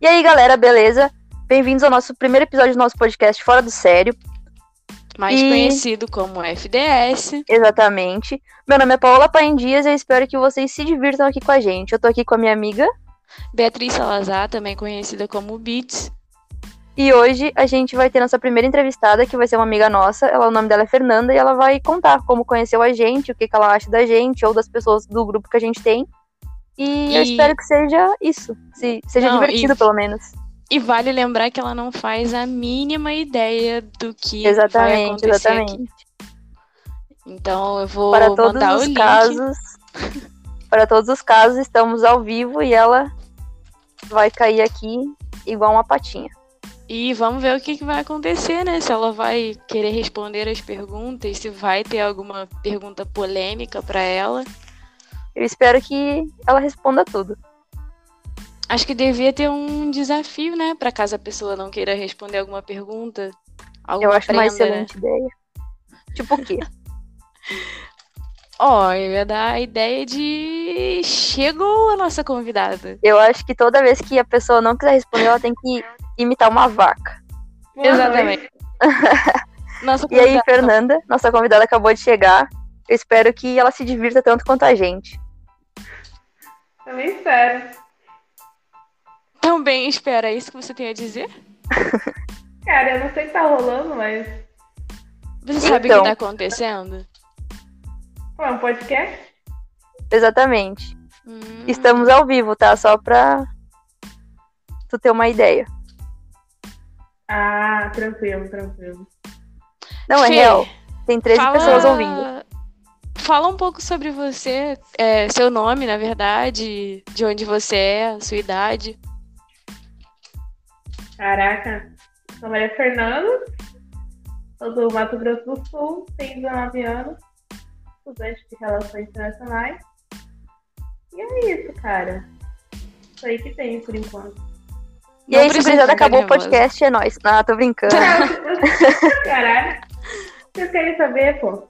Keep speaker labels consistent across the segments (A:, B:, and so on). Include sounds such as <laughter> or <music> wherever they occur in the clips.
A: E aí, galera, beleza? Bem-vindos ao nosso primeiro episódio do nosso podcast Fora do Sério.
B: mais
A: E-
B: conhecido como FDS.
A: Exatamente. Meu nome é Paola Paim Dias e eu espero que vocês se divirtam aqui com a gente. Eu tô aqui com a minha amiga
B: Beatriz Salazar, também conhecida como Beats.
A: e hoje a gente vai ter nossa primeira entrevistada, que vai ser uma amiga nossa. Ela, o nome dela é Fernanda e ela vai contar como conheceu a gente, o que, que ela acha da gente ou das pessoas do grupo que a gente tem. E, eu
B: E-
A: espero que seja isso. Se, seja
B: Não,
A: divertido,
B: e-
A: pelo menos.
B: E vale lembrar que ela não faz a mínima ideia do que vai
A: Exatamente,
B: acontecer
A: exatamente.
B: aqui. Então eu vou
A: Para todos
B: mandar o
A: os
B: link. <laughs>
A: casos. Para todos os casos, estamos ao vivo e ela vai cair aqui igual uma patinha.
B: E vamos ver o que, que vai acontecer, né? Se ela vai querer responder as perguntas, se vai ter alguma pergunta polêmica pra ela.
A: Eu espero que ela responda tudo.
B: Acho que devia ter um desafio, né? Pra caso a pessoa não queira responder alguma pergunta.
A: Eu
B: alguma
A: acho uma
B: prenda, né?
A: excelente ideia. Tipo o quê?
B: Ó, eu ia dar a ideia de. Chegou a nossa convidada.
A: Eu acho que toda vez que a pessoa não quiser responder, ela tem que imitar uma vaca.
B: Exatamente. nossa
A: E aí,
B: convidada.
A: Fernanda, nossa convidada acabou de chegar. Eu espero que ela se divirta tanto quanto a gente.
C: Também espero.
B: Também espera é isso que você tem a dizer?
C: Cara, eu não sei se tá rolando, mas.
B: Você sabe o
A: Então.
B: que tá acontecendo?
C: Ué, um podcast?
A: Exatamente.
B: Hum,
A: Estamos ao vivo, tá? Só pra tu ter uma ideia.
C: Ah, tranquilo, tranquilo.
A: Não, é
B: Fê,
A: real. Tem 13 pessoas ouvindo.
B: Fala um pouco sobre você, é, seu nome, na verdade, de onde você é, sua idade.
C: Caraca. Sou Maria Fernanda. Sou do Mato Grosso do Sul, tenho 19 anos. Estudante de Relações Internacionais. E é isso, cara. Isso aí que tem
A: <laughs>
C: por enquanto.
A: E aí,
B: precisa
A: gurizada,
B: ficar
A: acabou o
B: nervosa.
A: podcast, é nóis. Ah, tô brincando.
C: Caralho. Vocês querem saber, pô?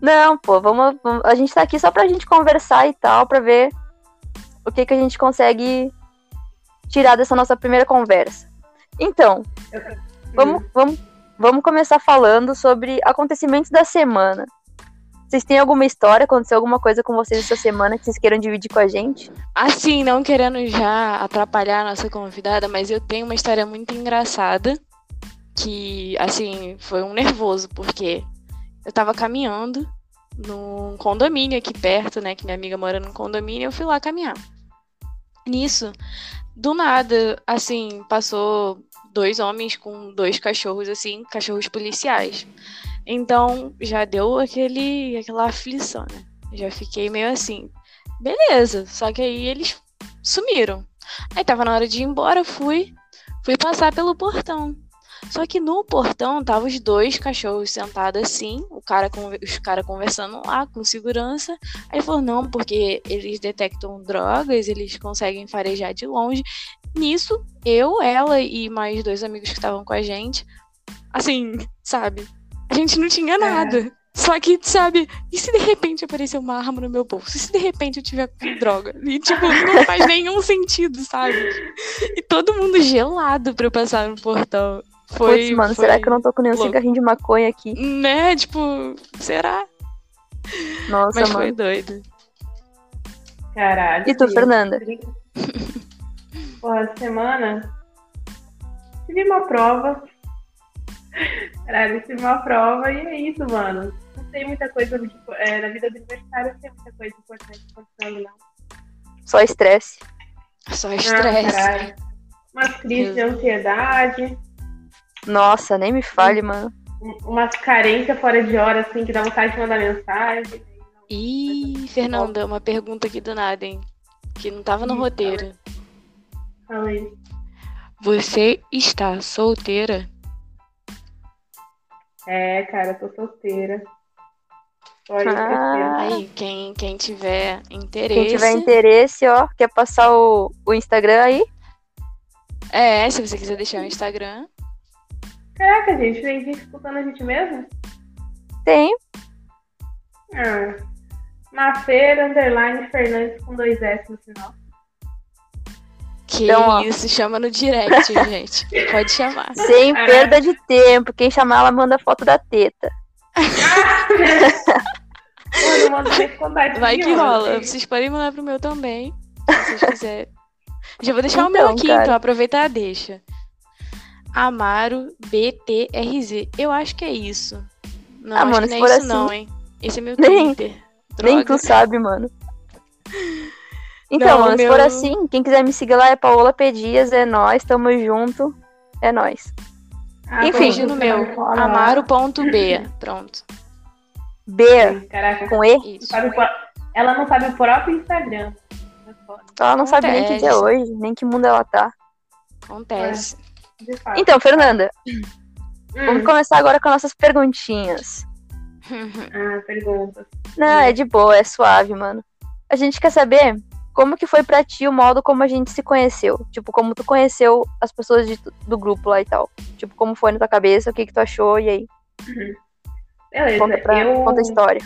A: Não, pô, vamos, vamos- A gente tá aqui só pra gente conversar e tal, pra ver o que, que a gente consegue tirar dessa nossa primeira conversa. Então, vamos,
B: Hum.
A: vamos, vamos começar falando sobre acontecimentos da semana. Vocês têm alguma história? Aconteceu alguma coisa com vocês essa semana que vocês queiram dividir com a gente?
B: Assim, não querendo já atrapalhar a nossa convidada, mas eu tenho uma história muito engraçada. Que, assim, foi um nervoso, porque eu tava caminhando num condomínio aqui perto, né? Que minha amiga mora num condomínio, eu fui lá caminhar. Nisso, do nada, assim, passou dois homens com dois cachorros, assim, cachorros policiais. Então, já deu aquele, aquela aflição, né? Já fiquei meio assim, beleza. Só que aí eles sumiram. Aí tava na hora de ir embora, eu fui, fui passar pelo portão. Só que no portão tava os dois cachorros sentados assim, o cara com, os caras conversando lá com segurança. Aí ele falou, não, porque eles detectam drogas, eles conseguem farejar de longe. Nisso, eu, ela e mais dois amigos que estavam com a gente, assim, sabe? A gente não tinha nada. Só que, sabe, e se de repente aparecer uma arma no meu bolso? E se de repente eu tiver com droga? E, tipo, não faz nenhum sentido, sabe? E todo mundo gelado pra eu passar no portão. Foi,
A: Putz, mano,
B: foi...
A: será que eu não tô com nenhum
B: louco.
A: cigarrinho de maconha aqui?
B: Né, tipo, será?
A: Nossa,
B: Mas
A: mano.
B: foi doido.
C: Caralho.
A: E tu,
C: Fernanda?
A: Fernanda?
C: Porra, essa semana tive uma prova. Caralho, tive uma prova e é isso, mano. Não tem muita coisa de- é, na vida do universitário, não tem muita coisa importante acontecendo, não.
A: Só estresse.
B: Só
C: Ah,
B: estresse.
C: caralho. Umas crises de ansiedade,
A: Nossa, nem me fale, mano.
C: um- umas carências fora de hora, assim, que dá vontade de mandar mensagem.
B: Ih, Fernanda, uma pergunta aqui do nada, hein? Que não tava no
C: Ih,
B: roteiro.
C: Falei,
B: Você está solteira?
C: é, cara, tô solteira. Olha,
A: Ah.
B: Aí, quem, quem tiver interesse.
A: Quem tiver interesse, ó, quer passar o, o Instagram aí?
B: É, se você quiser deixar o Instagram.
C: Caraca, gente, tem gente escutando a gente mesmo?
A: Tem.
C: Ah, Mafeira, underline, Fernandes com dois S no final.
B: Que Que
A: Então, ó.
B: isso, chama no direct, <laughs> gente. Pode chamar.
A: Sem
C: É.
A: perda de tempo. Quem chamar, ela manda foto da teta.
C: Mano, manda esse contato
B: Vai que
C: nenhum,
B: rola.
C: assim.
B: Vocês podem mandar pro meu também, se vocês quiserem. <laughs> Já vou deixar o meu
A: Então,
B: aqui,
A: cara.
B: então. Aproveitar a deixa. Amaro BTRZ. Eu acho que é isso. Não,
A: Ah,
B: acho
A: mano,
B: que
A: se
B: não é isso
A: for
B: não, hein. Esse é meu
A: Nem-
B: Twitter.
A: Nem tu
B: Droga.
A: sabe, mano. Então,
B: Não,
A: mano, se
B: meu-
A: for assim, quem quiser me seguir lá é Paola P. Dias, é nóis, tamo junto, é nóis. Enfim.
C: Ah, como
B: Corrigi no
C: você vai
B: meu.
C: falar?
B: Amaro.b. Pronto.
A: B,
C: Caraca,
A: com E,
B: Isso.
C: sabe o pró- ela não sabe o próprio Instagram. É foda,
A: ela não sabe nem que dia é
B: Acontece.
A: hoje, nem que mundo ela tá.
B: Acontece.
C: de fato.
A: Então, Fernanda, vamos
C: Hum,
A: começar agora com nossas perguntinhas.
C: Ah, pergunta.
A: Não, é de boa, é suave, mano. A gente quer saber como que foi pra ti o modo como a gente se conheceu. Tipo, como tu conheceu as pessoas de tu- do grupo lá e tal. Tipo, como foi na tua cabeça, o que que tu achou, e aí?
C: Beleza,
A: Conta, pra,
C: eu,
A: conta a história.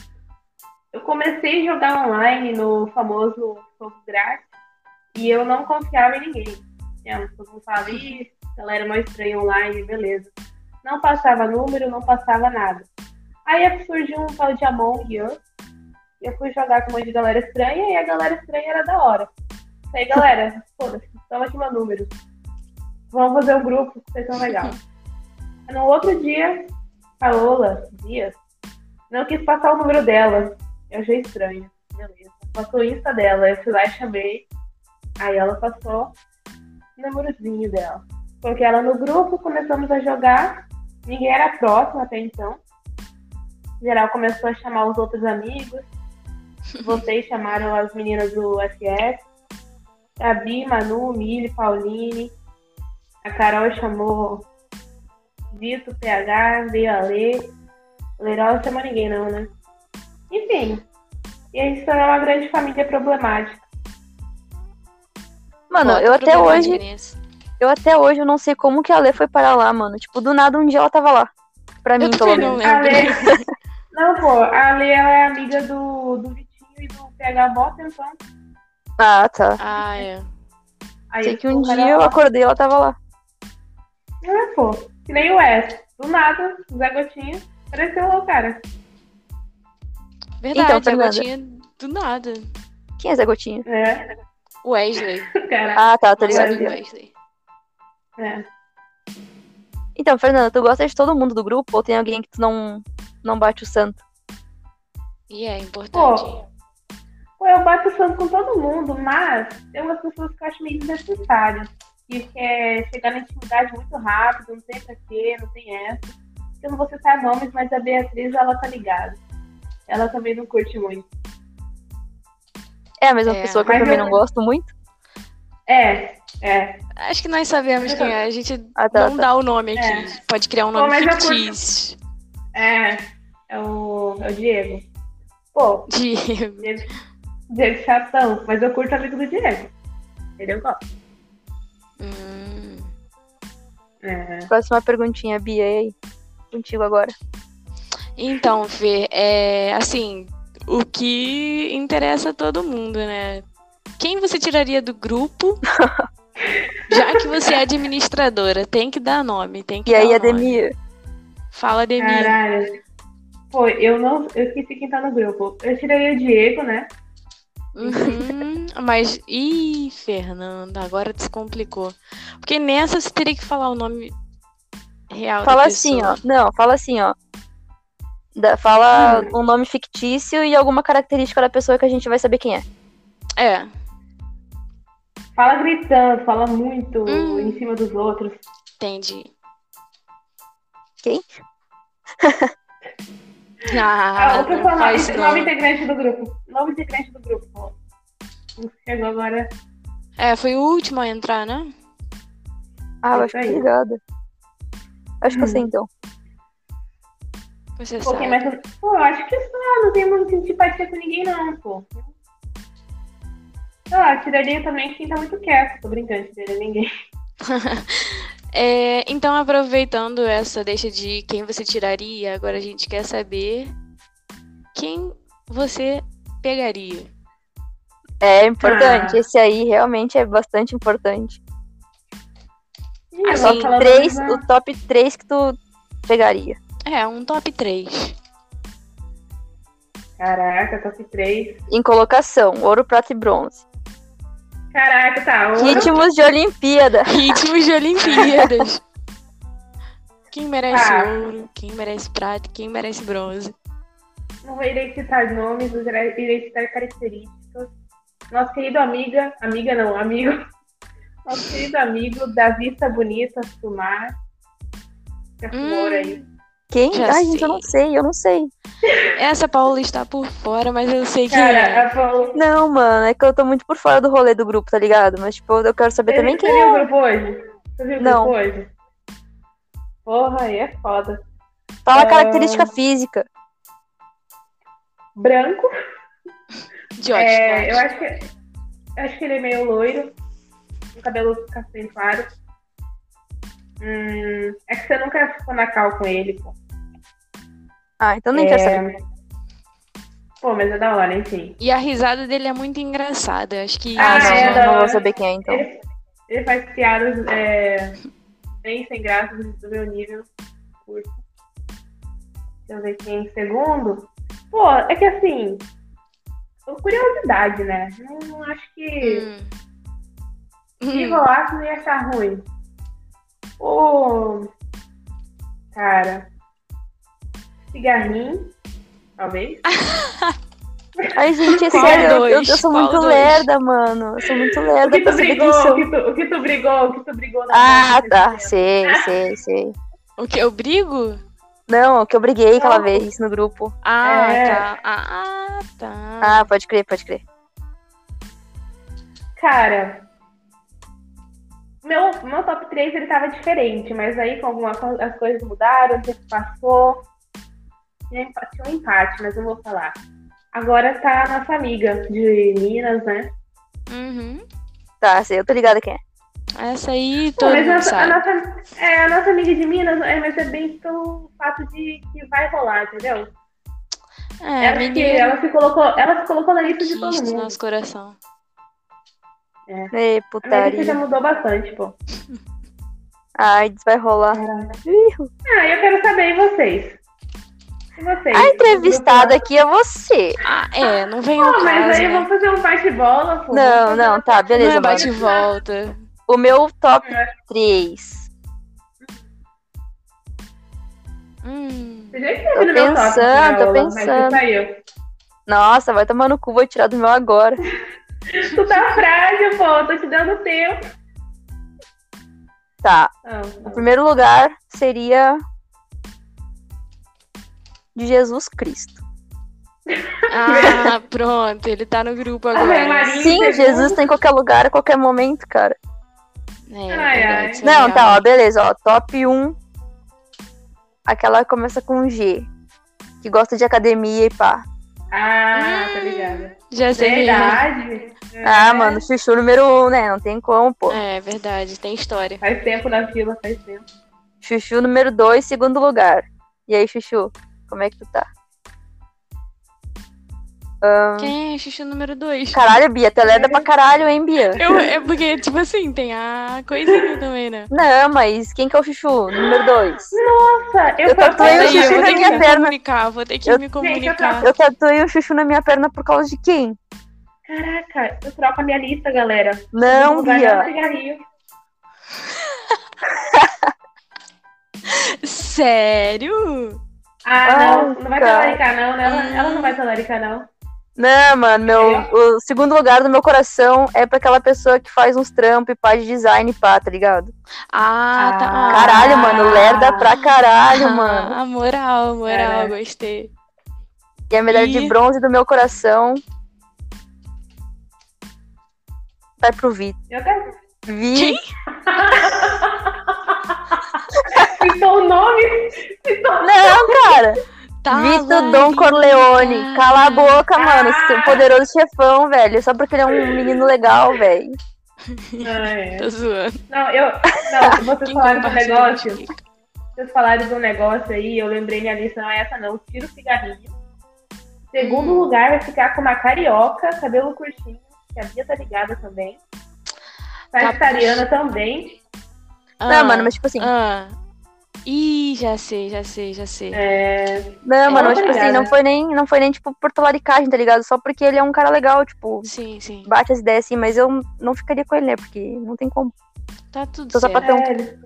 C: eu comecei a jogar online no famoso jogo grátis e eu não confiava em ninguém. Tinha Todo mundo falava, "Ih, ela era mais estranha online, beleza. Não passava número, não passava nada. Aí surgiu um tal de Among Us e eu fui jogar com um monte de galera estranha e a galera estranha era da hora. Falei, galera, <laughs> foda-se, toma aqui meu número. Vamos fazer um grupo, que vocês são legal. Aí, No outro dia, a Lola Dias não quis passar o número dela. Eu achei estranho. Beleza. Passou o Insta dela, eu fui lá e chamei. Aí ela passou o númerozinho dela. Coloquei ela no grupo, começamos a jogar. Ninguém era próximo até então. Em geral começou a chamar os outros amigos. Vocês chamaram as meninas do FS. A Bi, Manu, Mili, Pauline. A Carol chamou Vitor, PH, veio a Lê. Leral não chama ninguém não, né? Enfim. E a gente tornou uma grande família problemática.
A: <laughs> Mano,
B: Bota
A: eu
B: pro
A: até
B: Bernardo
A: hoje,
B: Inês.
A: eu até hoje eu não sei como que a Lê foi parar lá, mano. Tipo, do nada um dia ela tava lá. Pra mim,
B: Eu
A: pelo
B: também não
A: menos.
C: A
B: lembro.
C: Lê... <laughs> Não, pô, a Lê ela é amiga do, do Vitinho e do PH Bota, então.
A: Ah, tá.
B: Ah, é.
C: Aí
A: Sei que um
C: eles
A: dia
C: colocaram
A: eu
C: ela-
A: acordei e ela tava lá.
C: É, pô. Que nem o S. Do nada, o Zé Gotinha apareceu lá, o cara.
B: Verdade, a
A: Fernanda.
B: gotinha do nada.
A: Quem é Zé Gotinha?
C: <laughs> É,
B: Wesley.
C: cara.
A: Ah, tá, tá
B: Nosso
A: ligado.
B: amigo Wesley.
C: É.
A: Então, Fernanda, tu gosta de todo mundo do grupo ou tem alguém que tu não, não bate o santo?
B: E é importante.
C: Pô. Pô, eu bato santo com todo mundo, mas tem umas pessoas que eu acho meio desnecessárias. Que quer chegar na intimidade muito rápido, não tem pra quê, não tem essa. Eu não vou citar nomes, mas a Beatriz, ela tá ligada. Ela também não curte muito.
A: É a mesma
B: É,
A: pessoa que eu
C: mas
A: também
C: eu-
A: não gosto muito?
C: É, é.
B: Acho que nós sabemos quem é. A gente
A: Ah, tá,
B: não
A: tá.
B: dá o nome aqui.
C: É.
B: Pode criar um
C: Pô,
B: nome
C: mas eu curto-
B: fictício.
C: É. É o, é o Diego. Pô,
B: Diego.
C: Diego, Diego é chatão. Mas eu curto amigo do Diego. Ele eu gosto.
B: <laughs> Hum.
C: É.
A: Próxima perguntinha, Bia, e aí? Contigo agora.
B: Então, Fê, é assim, o que interessa a todo mundo, né? Quem você tiraria do
A: <laughs>
B: grupo? Já que você é administradora, tem que dar nome, tem que
A: E
B: dar
A: aí,
B: nome.
A: Ademir?
B: Fala, Ademir.
C: Caralho. Pô, eu não. Eu esqueci quem tá no grupo. Eu tirei o Diego, né?
B: Uhum, mas. Ih, Fernanda, agora descomplicou. Porque nessa você teria que falar o nome real
A: Fala
B: da
A: assim,
B: pessoa.
A: ó. Não, fala assim, ó. Da- fala
C: Hum.
A: um nome fictício e alguma característica da pessoa que a gente vai saber quem é.
B: É.
C: Fala gritando, fala muito
B: Hum.
C: em cima dos outros.
B: Entendi.
A: Quem?
B: Ah,
C: Ah, o
B: não faz
C: personagem,
B: isso,
C: o novo
B: não.
C: integrante do grupo. O Novo integrante do grupo. pô. Chegou agora.
B: É, foi o último a entrar, né?
A: Ah, eu
C: Isso
A: acho que
C: aí. Hum.
A: tô ligada. Acho que eu sei então.
B: Você
C: Pô,
B: sabe.
C: quem Um mais... pô, eu acho que só, não tem muita antipatia com ninguém, não, pô. Sei lá, tiraria também quem tá muito quieto. Tô brincando, tiraria ninguém.
B: É, então, aproveitando essa deixa de quem você tiraria, agora a gente quer saber quem você pegaria.
A: É importante.
C: Ah.
A: Esse aí realmente é bastante importante.
C: Ih, eu
A: Top
C: vou falar
A: três,
C: mais
A: o top 3 que tu pegaria.
B: É, um top 3.
C: uma- Caraca, top 3.
A: Em colocação, ouro, prata e bronze.
C: Caraca, tá. ouro.
A: Ritmos de Olimpíada.
B: <laughs> Ritmos de Olimpíadas. Quem merece
C: Ah.
B: ouro, quem merece prata, quem merece bronze.
C: Não irei citar nomes, mas irei irei citar características. Nosso querido amiga, amiga não, amigo. <laughs> Nosso querido amigo da Vista Bonita do Mar. Que
A: Hum,
C: aflora aí.
A: Quem?
B: Já
A: Ai, gente, eu
B: sei.
A: não sei, eu não sei.
B: Essa Paula está por fora, mas eu sei que é.
C: Cara, a Paula.
A: Não, mano, é que eu tô muito por fora do rolê do grupo, tá ligado? Mas, tipo, eu quero saber também
C: Você
A: quem
C: viu
A: é.
C: o grupo hoje? Você viu o
A: Não.
C: grupo hoje? Porra, aí é foda.
A: Fala a característica física.
C: Branco.
B: de ótimo.
C: É, eu acho que eu acho que ele é meio loiro, com cabelo castanho claro. Hum, é que você nunca ficou na cal com ele, pô.
A: Ah, então nem quero
C: É.
A: saber.
C: Pô, mas é da hora, enfim.
B: E a risada dele é muito engraçada. eu Acho que.
A: Ah,
C: Ah,
A: não,
C: é,
A: não,
C: da
A: não vou
C: hora.
A: saber quem é, então.
C: Ele, ele faz piadas é, bem sem graça do meu nível. Curto. Deixa eu ver quem é em segundo. Pô, é que assim. Curiosidade, né? Não, não acho que.
B: Hum.
C: Se
B: Hum.
C: rolasse, não ia achar ruim. O. Cara. Cigarrinho. Talvez.
A: Ah, Ai, gente, é
B: Qual
A: sério, eu- eu,
B: dois?
A: eu sou
B: Qual
A: muito
B: dois?
A: lerda, mano. Eu sou muito
C: O
A: lerda
C: que
A: pra
C: tu
A: saber
C: brigou?
A: quem
C: O
A: sou.
C: que tu, o que tu brigou? O que tu brigou? na
A: Ah,
C: mão,
A: tá.
C: esse
A: Sei, sei, sei.
B: O que? Eu brigo?
A: Não, que eu briguei aquela
C: Não.
A: vez no grupo.
B: Ah,
C: É.
B: tá. Ah, tá.
A: Ah, pode crer, pode crer.
C: tempo? Cara. Meu, meu top 3 ele tava diferente, mas aí com alguma co- as coisas mudaram, o tempo passou. Tinha empa- tinha um empate, mas não vou falar. Agora tá a nossa amiga de Minas, né?
B: Uhum.
A: Tá, sei, eu tô ligada quem é.
B: Essa aí
C: Não,
B: todo
C: mas a,
B: mundo
C: a
B: sabe.
C: nossa, é, a nossa amiga de Minas, é, mas é bem pelo fato de que vai rolar, entendeu?
B: É,
C: ela, se,
B: menina
C: ela se colocou, ela se colocou na lista
B: que
C: de todo
B: isso no
C: mundo.
B: nosso coração.
A: Ei,
C: A minha lista já
A: putaria.
C: mudou bastante, pô.
A: Ai, isso vai rolar. Ih,
C: Ah, eu quero saber e vocês. E vocês?
A: A entrevistada aqui é você.
B: Ah, é, não vem ao
C: Pô, mas
B: caso,
C: aí
B: né?
C: vamos fazer um bate-bola, pô. Vamos
A: Não,
C: fazer
A: não,
C: uma-
A: tá,
B: Não
A: beleza,
B: é bate e
A: mano.
B: volta.
A: O meu top
C: É.
A: 3.
B: Hum.
C: Você já esteve no meu top,
A: pensando, tô
C: Paola, mas
A: pensando.
C: você saiu.
A: Nossa, vai tomar no cu, vou tirar do meu agora.
C: Tu tá frágil, pô. eu Tô te dando tempo.
A: Tá,
C: Ah, Não,
A: o
C: não.
A: primeiro lugar seria. De Jesus Cristo.
B: Ah, pronto, ele tá no grupo
C: Ave
B: agora.
C: Maria,
A: Sim,
C: Jesus.
A: Jesus tá em qualquer lugar, a qualquer momento, cara.
B: É,
C: Ai,
B: verdade,
C: ai.
B: isso é
A: Não,
B: real.
A: tá, ó, beleza, ó. Top 1. Aquela que começa com G. Que gosta de academia e pá.
C: Ah, tá ligado.
B: Já sei.
C: Verdade.
A: Ah,
C: É.
A: mano, chuchu número 1, né? Não tem como, pô.
B: É verdade, tem história.
C: Faz tempo na fila, faz tempo.
A: Chuchu número 2, segundo lugar. E aí, Chuchu, como é que tu tá?
C: Ah.
B: Quem é xixi número 2?
A: Caralho, Bia, tu é lerda pra caralho, hein, Bia?
B: é porque, tipo assim, tem a coisinha também, né?
A: Não, mas quem que é o Chuchu? Número 2.
C: Nossa, eu,
A: Eu tatuei
B: Peraí,
A: o
B: eu
A: xixi
B: vou
A: na
B: ter
A: minha
B: que me
A: perna.
B: comunicar, vou ter que
A: Eu-
B: me
C: eu
B: comunicar.
A: Eu tatuei um Chuchu na minha perna por causa de quem?
C: Caraca, eu troco a minha lista, galera.
A: Não,
C: Vai dar
A: Bia.
C: um cigarrinho.
B: Sério?
C: Ah, não, não
A: Ai,
C: vai
A: cara.
C: talaricar, não. né? Ela,
B: Hum.
C: ela não vai talaricar, não.
A: Não, mano, meu, o segundo lugar do meu coração é pra aquela pessoa que faz uns trampos e pá de design e pá, tá ligado?
B: Ah, tá.
C: Ah.
A: Caralho, mano, lerda pra caralho,
C: <laughs>
B: Ah,
A: mano.
B: A moral, a moral,
C: Cara.
B: gostei.
A: E a medalha de
B: E-
A: bronze do meu coração vai pro Vitor.
C: Eu até
A: Vi,
C: citou o nome. Citou...
A: <laughs> não, cara.
B: Tá
C: Ah,
A: Vitor
B: lá,
A: Dom Corleone.
B: cara.
A: Cala a boca, mano. Esse
C: Ah.
A: poderoso chefão, velho. Só porque ele é um menino legal, velho.
C: Ah, é.
B: Tô zoando.
C: Não, eu. Não, vocês
B: <laughs> Quem
C: falaram do
B: compartilha,
C: negócio.
B: fica.
C: Vocês falaram do negócio aí, eu lembrei minha lista, não é essa, não. Tira o cigarrinho. Segundo
B: Hum.
C: lugar vai ficar com uma carioca, cabelo curtinho, que a Bia tá ligada também.
B: Tá
C: Sagitariana também. Ah.
A: não, mano, mas tipo assim.
B: Ah. Ih, já sei, já sei, já sei.
C: É,
B: Tá
A: Não, mano,
C: não,
A: mas tipo assim,
C: obrigada.
A: não foi nem, não foi nem tipo por talaricagem, tá ligado? Só porque ele é um cara legal, tipo,
B: Sim, sim.
A: bate as ideias assim, mas eu não ficaria com ele, né? Porque não tem como.
B: Tá tudo
A: Tô só
B: certo.
A: pra- Então-
C: é,
B: <laughs>
C: ele-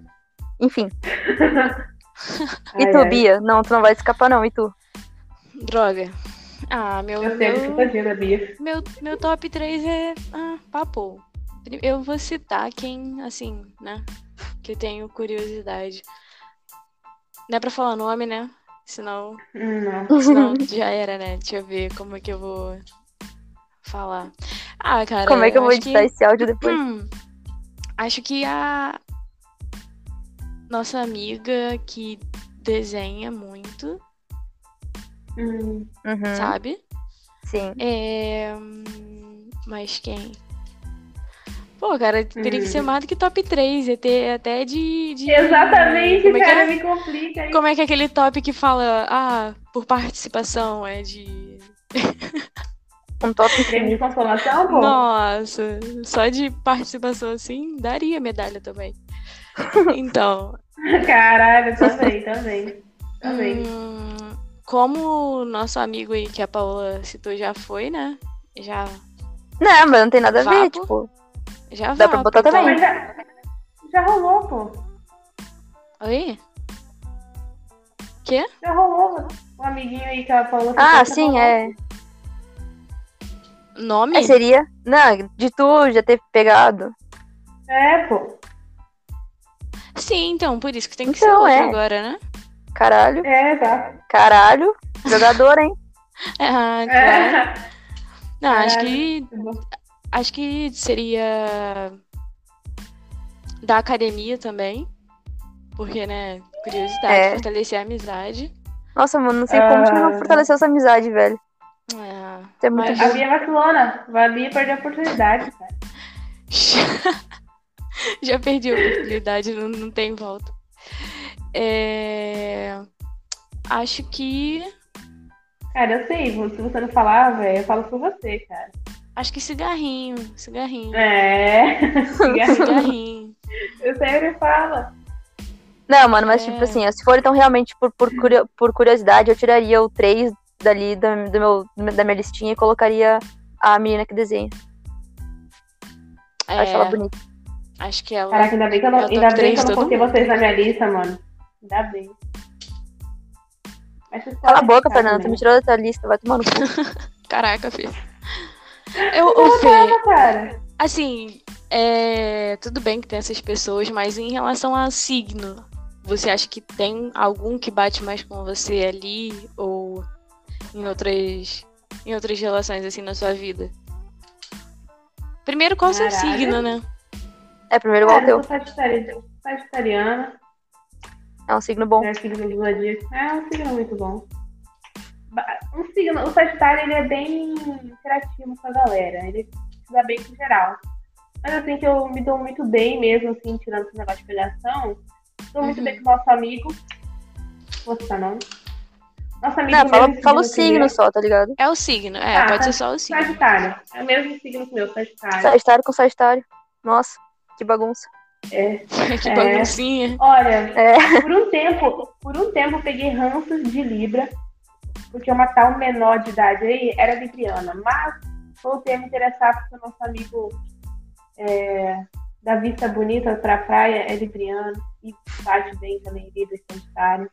A: Enfim. E
C: Ai,
A: tu,
C: ai.
A: Bia? Não, tu não vai escapar, não. E tu?
B: Droga. Ah, meu,
C: Eu sei,
B: meu,
C: eu tadinha da Bia.
B: meu, meu top 3 é ah, papo. Pri- Eu vou citar quem, assim, né? Que eu tenho curiosidade. Não é pra falar nome, né? Senão,
C: Hum, Não.
A: <laughs>
B: senão já era, né? Deixa eu ver como é que eu vou falar. Ah, cara.
A: Como é que eu vou
B: acho
A: editar esse áudio depois?
B: Hum, acho que a nossa amiga que desenha muito,
C: Hum,
A: Uhum,
B: sabe?
A: Sim.
B: É... hum, Mas quem? Pô, cara, teria que ser
C: Hum.
B: mais do que top 3, ia ter até de. de-
C: Exatamente,
B: Como é, que
C: cara,
B: é?
C: me complica. hein?
B: Como é que é aquele top que fala, ah, por participação é de.
A: Um top
C: Prêmio de
A: infinito.
C: consolação, pô?
B: Nossa, só de participação assim daria medalha também.
C: <laughs>
B: Então,
C: <laughs>
B: <laughs>
C: Caralho, também, também. Também.
B: Hum, como o nosso amigo aí que a Paola citou já foi, né? Já,
A: Não, mas não tem nada a ver,
B: Vapo.
A: tipo.
B: já
A: Dá pra
B: vapo,
A: botar também.
C: Mas já, já rolou, pô.
B: Oi?
C: Já rolou o amiguinho aí que ela falou. que
A: Ah,
C: já
A: sim,
C: rolou.
A: é.
B: Nome?
A: É, seria. Não, de tu já ter pegado.
C: É, pô.
B: Sim, então, por isso que tem que
A: Então,
B: ser outro
A: é.
B: agora, né?
A: Caralho,
C: É, tá.
A: caralho. Jogador, hein? É.
B: Ah, claro.
C: É.
B: Não, acho
C: Caralho.
B: que. Acho que seria da academia também. Porque, né? Curiosidade,
A: É.
B: fortalecer a amizade.
A: Nossa, mano, não sei como tu não
C: Ah.
A: fortaleceu essa amizade, velho.
B: Ah, <laughs>
A: Isso é muito
B: mas-
C: A Bia é vacilona. A Bia perdeu a oportunidade, cara.
B: Já perdi a oportunidade, não, não tem volta. É, Acho que.
C: Cara, eu sei. Se você não falar, velho, eu falo por você, cara.
B: Acho que cigarrinho. Cigarrinho.
A: <laughs>
C: É.
B: Cigarrinho.
C: Eu sempre falo.
A: Não, mano, mas
B: É.
A: tipo assim, ó, se for então realmente por, por, curio- por curiosidade, eu tiraria o 3 dali da, do meu, da minha listinha e colocaria a menina que desenha.
B: É,
C: É.
A: Acho ela bonita.
B: acho que ela.
C: Caraca, ainda bem que eu
B: É
C: não,
B: o top
C: ainda bem
B: três
C: que eu não
B: todo
C: coloquei
B: mundo.
C: vocês na minha lista, mano. Ainda bem. Mas vocês
A: Cala a
C: podem
A: boca,
C: ficar
A: Fernanda, tu
C: também.
A: me tirou da tua lista, vai tomar no cu.
B: Caraca,
C: <laughs>
B: Fê. Eu, ô, Fê,
C: Cara,
B: assim, é, tudo bem que tem essas pessoas, mas em relação a signo, você acha que tem algum que bate mais com você ali ou em outras, em outras relações assim na sua vida? Primeiro, qual é o seu
C: Caralho.
B: signo, né?
A: É primeiro igual o
C: cara eu
A: teu.
C: sou sagitari- sagitariana.
A: É um signo bom.
C: É signo do zodíaco. É um signo muito bom. Ba- Um signo, o Sagitário ele é bem interativo com a galera. Ele se dá bem com geral. Mas assim que eu me dou muito bem mesmo, assim, tirando esse negócio de pegação. Dou muito
B: Uhum.
C: bem com o nosso amigo. Vou citar nome. Nosso amigo
A: Não, fala,
C: mesmo
A: fala o
C: que
A: signo
C: meu.
A: só, tá ligado?
B: É o signo, é,
C: Ah,
B: pode
C: tá.
B: ser só o signo.
C: Sagitário. É o mesmo signo que meu, Sagitário.
A: Sagitário com Sagitário. Nossa, que bagunça.
C: É.
B: <laughs> que
C: É.
B: baguncinha.
C: Olha,
A: É.
C: por um tempo, por um tempo eu peguei ranços de Libra, porque uma tal menor de idade aí era libriana, mas voltei a me interessar porque o nosso amigo é, da vista bonita pra praia é libriano e bate bem também Libra é e Sagitário.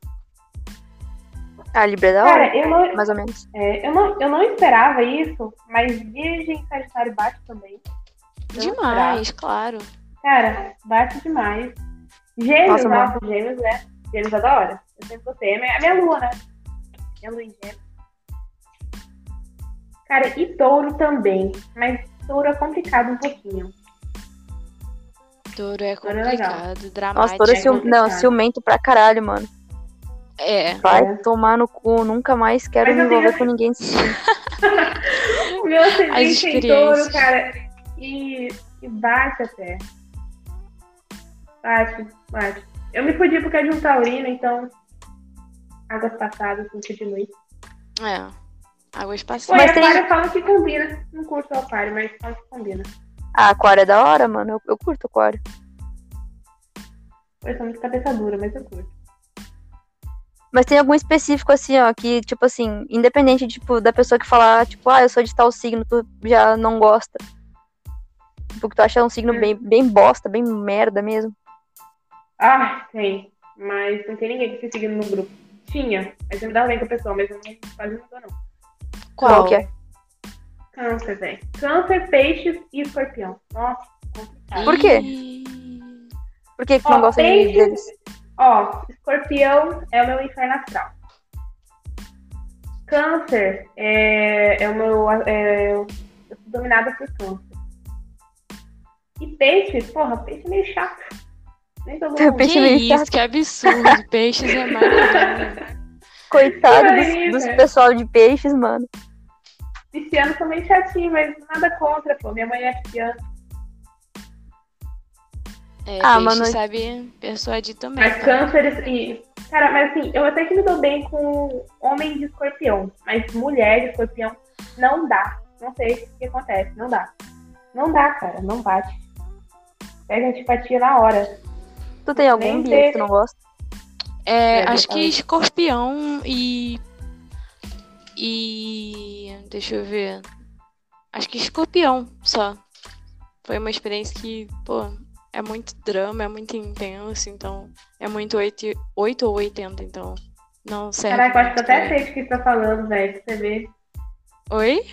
A: A Libra é da hora,
C: Cara, eu não,
A: mais ou menos.
C: é, eu, não, eu não esperava isso, mas Virgem e Sagitário bate também. Não esperava.
B: Demais, claro.
C: Cara, bate demais. Gêmeos,
A: Nossa,
C: nossa, gêmeos, né? Gêmeos adora. Eu sempre gostei. É minha- é minha lua, né? Minha lua em gêmeos. Cara, e touro também. Mas touro é complicado um pouquinho.
B: Touro é
C: Touro é legal.
B: complicado,
A: Nossa, é
B: dramático.
A: todo
C: Mágica,
A: cium... não,
C: complicado.
A: ciumento pra caralho, mano.
B: É.
A: Vai
C: É.
A: tomar no cu, nunca mais quero
C: Mas
A: me
C: eu tenho- um-
A: envolver com ninguém.
C: O meu ascendente é em touro,
B: experiências.
C: cara. E, e bate até. Bate, bate. Eu me fudi porque é de um taurino, então. Águas passadas, não fudi muito.
B: É. Águas
C: Foi,
B: passadas.
A: Mas
C: mas
A: tem-
C: aquário eu falo que combina. Não curto o aquário, mas falo que combina.
A: Ah, aquário é da hora, mano. Eu, eu curto aquário.
C: Eu sou muito cabeça dura, mas eu curto.
A: Mas tem algum específico, assim, ó, que, tipo assim, independente, tipo, da pessoa que falar, tipo, ah, eu sou de tal signo, tu já não gosta. Tipo, que tu acha um signo
C: Hum.
A: bem, bem bosta, bem merda mesmo.
C: Ah, tem. Mas não tem ninguém que se siga no grupo. Tinha, mas eu me dava bem com o pessoal, mas eu não quase não dou, não.
B: Qual?
A: que é?
C: Câncer, velho. Câncer, peixes e escorpião. Nossa, complicado.
A: Por quê?
B: Ih,
A: Por que, que tu
C: Ó,
A: não gosta de-
C: peixes-
A: deles?
C: Ó, escorpião é o meu inferno astral. Câncer é, é o meu. É, eu sou dominada por câncer. E peixe, porra, peixe é meio chato. Nem
A: <laughs>
C: todo mundo.
A: Peixe
B: Que
A: meio
B: isso,
A: chato.
B: que
A: <laughs>
B: absurdo. Peixes é maravilhoso.
A: Coitado
C: Por
A: dos,
C: aí,
A: dos
C: velho.
A: pessoal de peixes, mano.
C: Pisciano são meio chatinho, mas nada contra, pô. Minha mãe é pisciana.
B: É,
A: Ah,
B: peixe
A: mano.
B: sabe persuadir também.
C: Mas
B: tá?
C: câncer e. Cara, mas assim, eu até que me dou bem com homem de escorpião, mas mulher de escorpião não dá. Não sei o que acontece, não dá. Não dá, cara, não bate. Pega antipatia na hora.
A: Tu tem algum
C: Nem
A: Bia, que
C: sei.
A: tu não gosta?
B: É,
C: É,
B: acho que
C: eu-
B: escorpião e. E. Deixa eu ver. Acho que escorpião só. Foi uma experiência que, pô, é muito drama, é muito intenso, então. É muito 8, e- 8 ou 80, então. Não serve.
C: Caraca, eu acho que eu
B: muito
C: até
B: pra mim.
C: sei de que você tá falando, velho. Você vê,
B: Oi?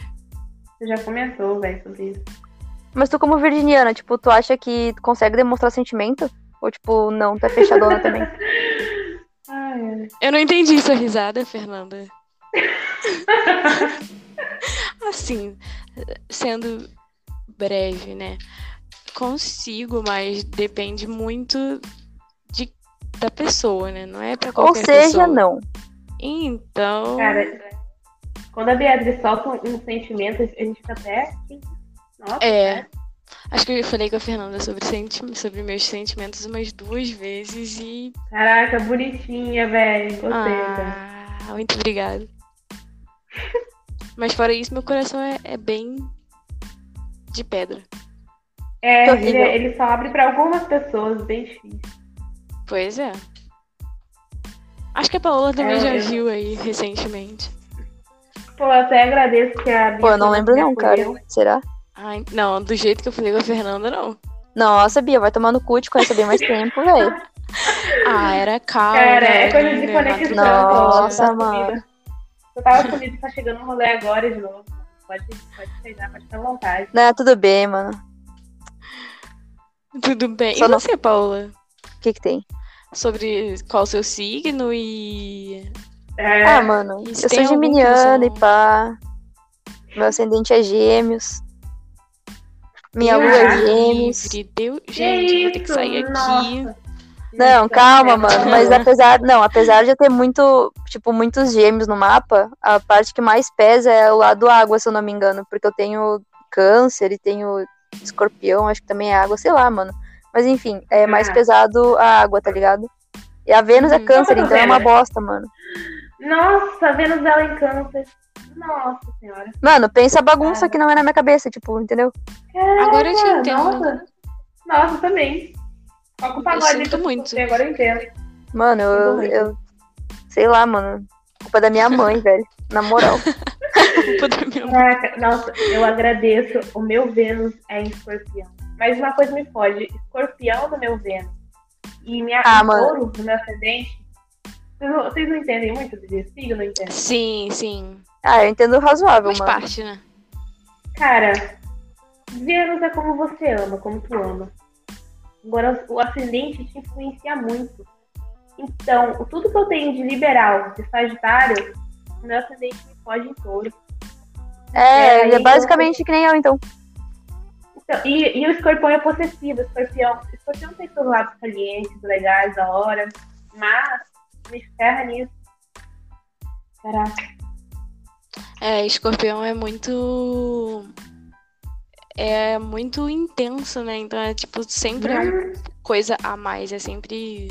C: você já comentou, velho, sobre isso.
A: Mas tu, como virginiana, tipo, tu acha que tu consegue demonstrar sentimento? Ou, tipo, não, tu é fechadona também?
C: Ai, ai.
B: Eu não entendi sua risada,
A: <laughs>
B: Fernanda. assim, sendo breve, né? Consigo, mas depende muito de, da pessoa, né? Não é pra
A: Ou
B: qualquer
A: seja,
B: pessoa.
A: não.
B: Então,
C: cara, quando a Beatriz solta um, um sentimento, a gente fica até. assim, Nossa,
B: é. Acho que eu falei com a Fernanda sobre, senti sobre meus sentimentos umas duas vezes e.
C: caraca, bonitinha, velho. Gostei, velho.
B: Ah,
A: <laughs>
B: muito obrigada. mas fora isso, meu coração é- é bem de pedra.
C: É,
A: Que
C: ele,
A: horrível.
C: ele só abre pra algumas pessoas, bem difícil.
B: Pois é. Acho que a Paola também
C: É,
B: já
C: eu-
B: viu aí recentemente.
C: Pô, eu até agradeço que a Bia
A: Pô, eu não
C: falou
A: lembro
C: que
A: não, cara.
C: acolheu.
A: Será?
B: Ai, não, do jeito que eu falei com a Fernanda, não.
A: Nossa, Bia, vai tomar no cu, te conheço há bem mais tempo, velho.
B: Ah, era calma. né,
C: Cara,
A: né,
C: é
B: era
C: coisa de
B: linda,
C: conexão.
B: matutina.
A: Nossa,
C: eu tava
A: mano.
C: sumida. Eu tava comigo, tá chegando no rolê agora de novo. Pode, pode pegar, pode ficar à vontade.
A: Né, tudo bem, mano.
B: Tudo bem.
A: Só
B: e
A: não-
B: você, Paola?
A: O que que tem?
B: Sobre qual o seu signo e.
C: É,
A: Ah, mano,
B: E se
A: eu sou
B: tem algum que
A: geminiana e
B: são-
A: pá. Meu ascendente é gêmeos. Minha lua
C: Deus
A: é
C: livre.
A: gêmeos.
B: Livre, Deus.
C: que
B: Gente, eu vou ter que
C: isso,
B: sair aqui. <laughs>
C: nossa.
A: Não,
C: Gente,
A: calma,
C: é,
A: mano.
C: não.
A: Mas apesar, não, apesar de eu ter muito, tipo, muitos gêmeos no mapa, a parte que mais pesa é o lado água, se eu não me engano, porque eu tenho câncer e tenho escorpião, acho que também é água, sei lá, mano. Mas enfim, é mais
C: Ah. pesado
A: pesado a água, tá ligado? E a Vênus é
B: Uhum.
A: câncer,
C: Não,
A: então é uma
C: Vênus.
A: bosta, mano.
C: Nossa, Vênus ela em câncer. Nossa senhora.
A: Mano, pensa a bagunça
C: Cara.
A: que não é na minha cabeça, tipo, entendeu?
C: Caraca,
B: Agora eu te entendo.
C: Nossa, nossa também. Toca o pagode.
B: sinto
C: aí pra você
B: muito.
C: sofrer, Agora eu entendo.
A: Mano, eu,
C: Entendi.
A: eu- sei lá, mano. Culpa é da minha mãe, velho. Na moral.
B: Culpa da minha mãe.
C: Caraca, nossa, eu agradeço. O meu Vênus é em escorpião. Mas uma coisa me foge: escorpião no meu Vênus e minha
A: Ah,
C: e
A: mano.
C: touro no meu ascendente. Vocês não, vocês não entendem muito de signo, não entendem?
B: Sim, sim.
A: Ah, eu entendo razoável,
B: Faz
A: mano.
B: parte, né?
C: Cara, Vênus é como você ama, como tu ama. Agora, o ascendente te influencia muito. Então, o- tudo que eu tenho de liberal, de sagitário, o meu ascendente me foge em touro.
A: É,
C: É,
A: ele é
C: aí
A: basicamente que nem eu, então.
C: Então, e, e o escorpião é possessivo. Escorpião, escorpião tem seus lados calientes, legais, da hora. Mas me ferra nisso. Caraca.
B: É, escorpião é muito. É muito intenso, né? Então é tipo, sempre é uma coisa a mais, é sempre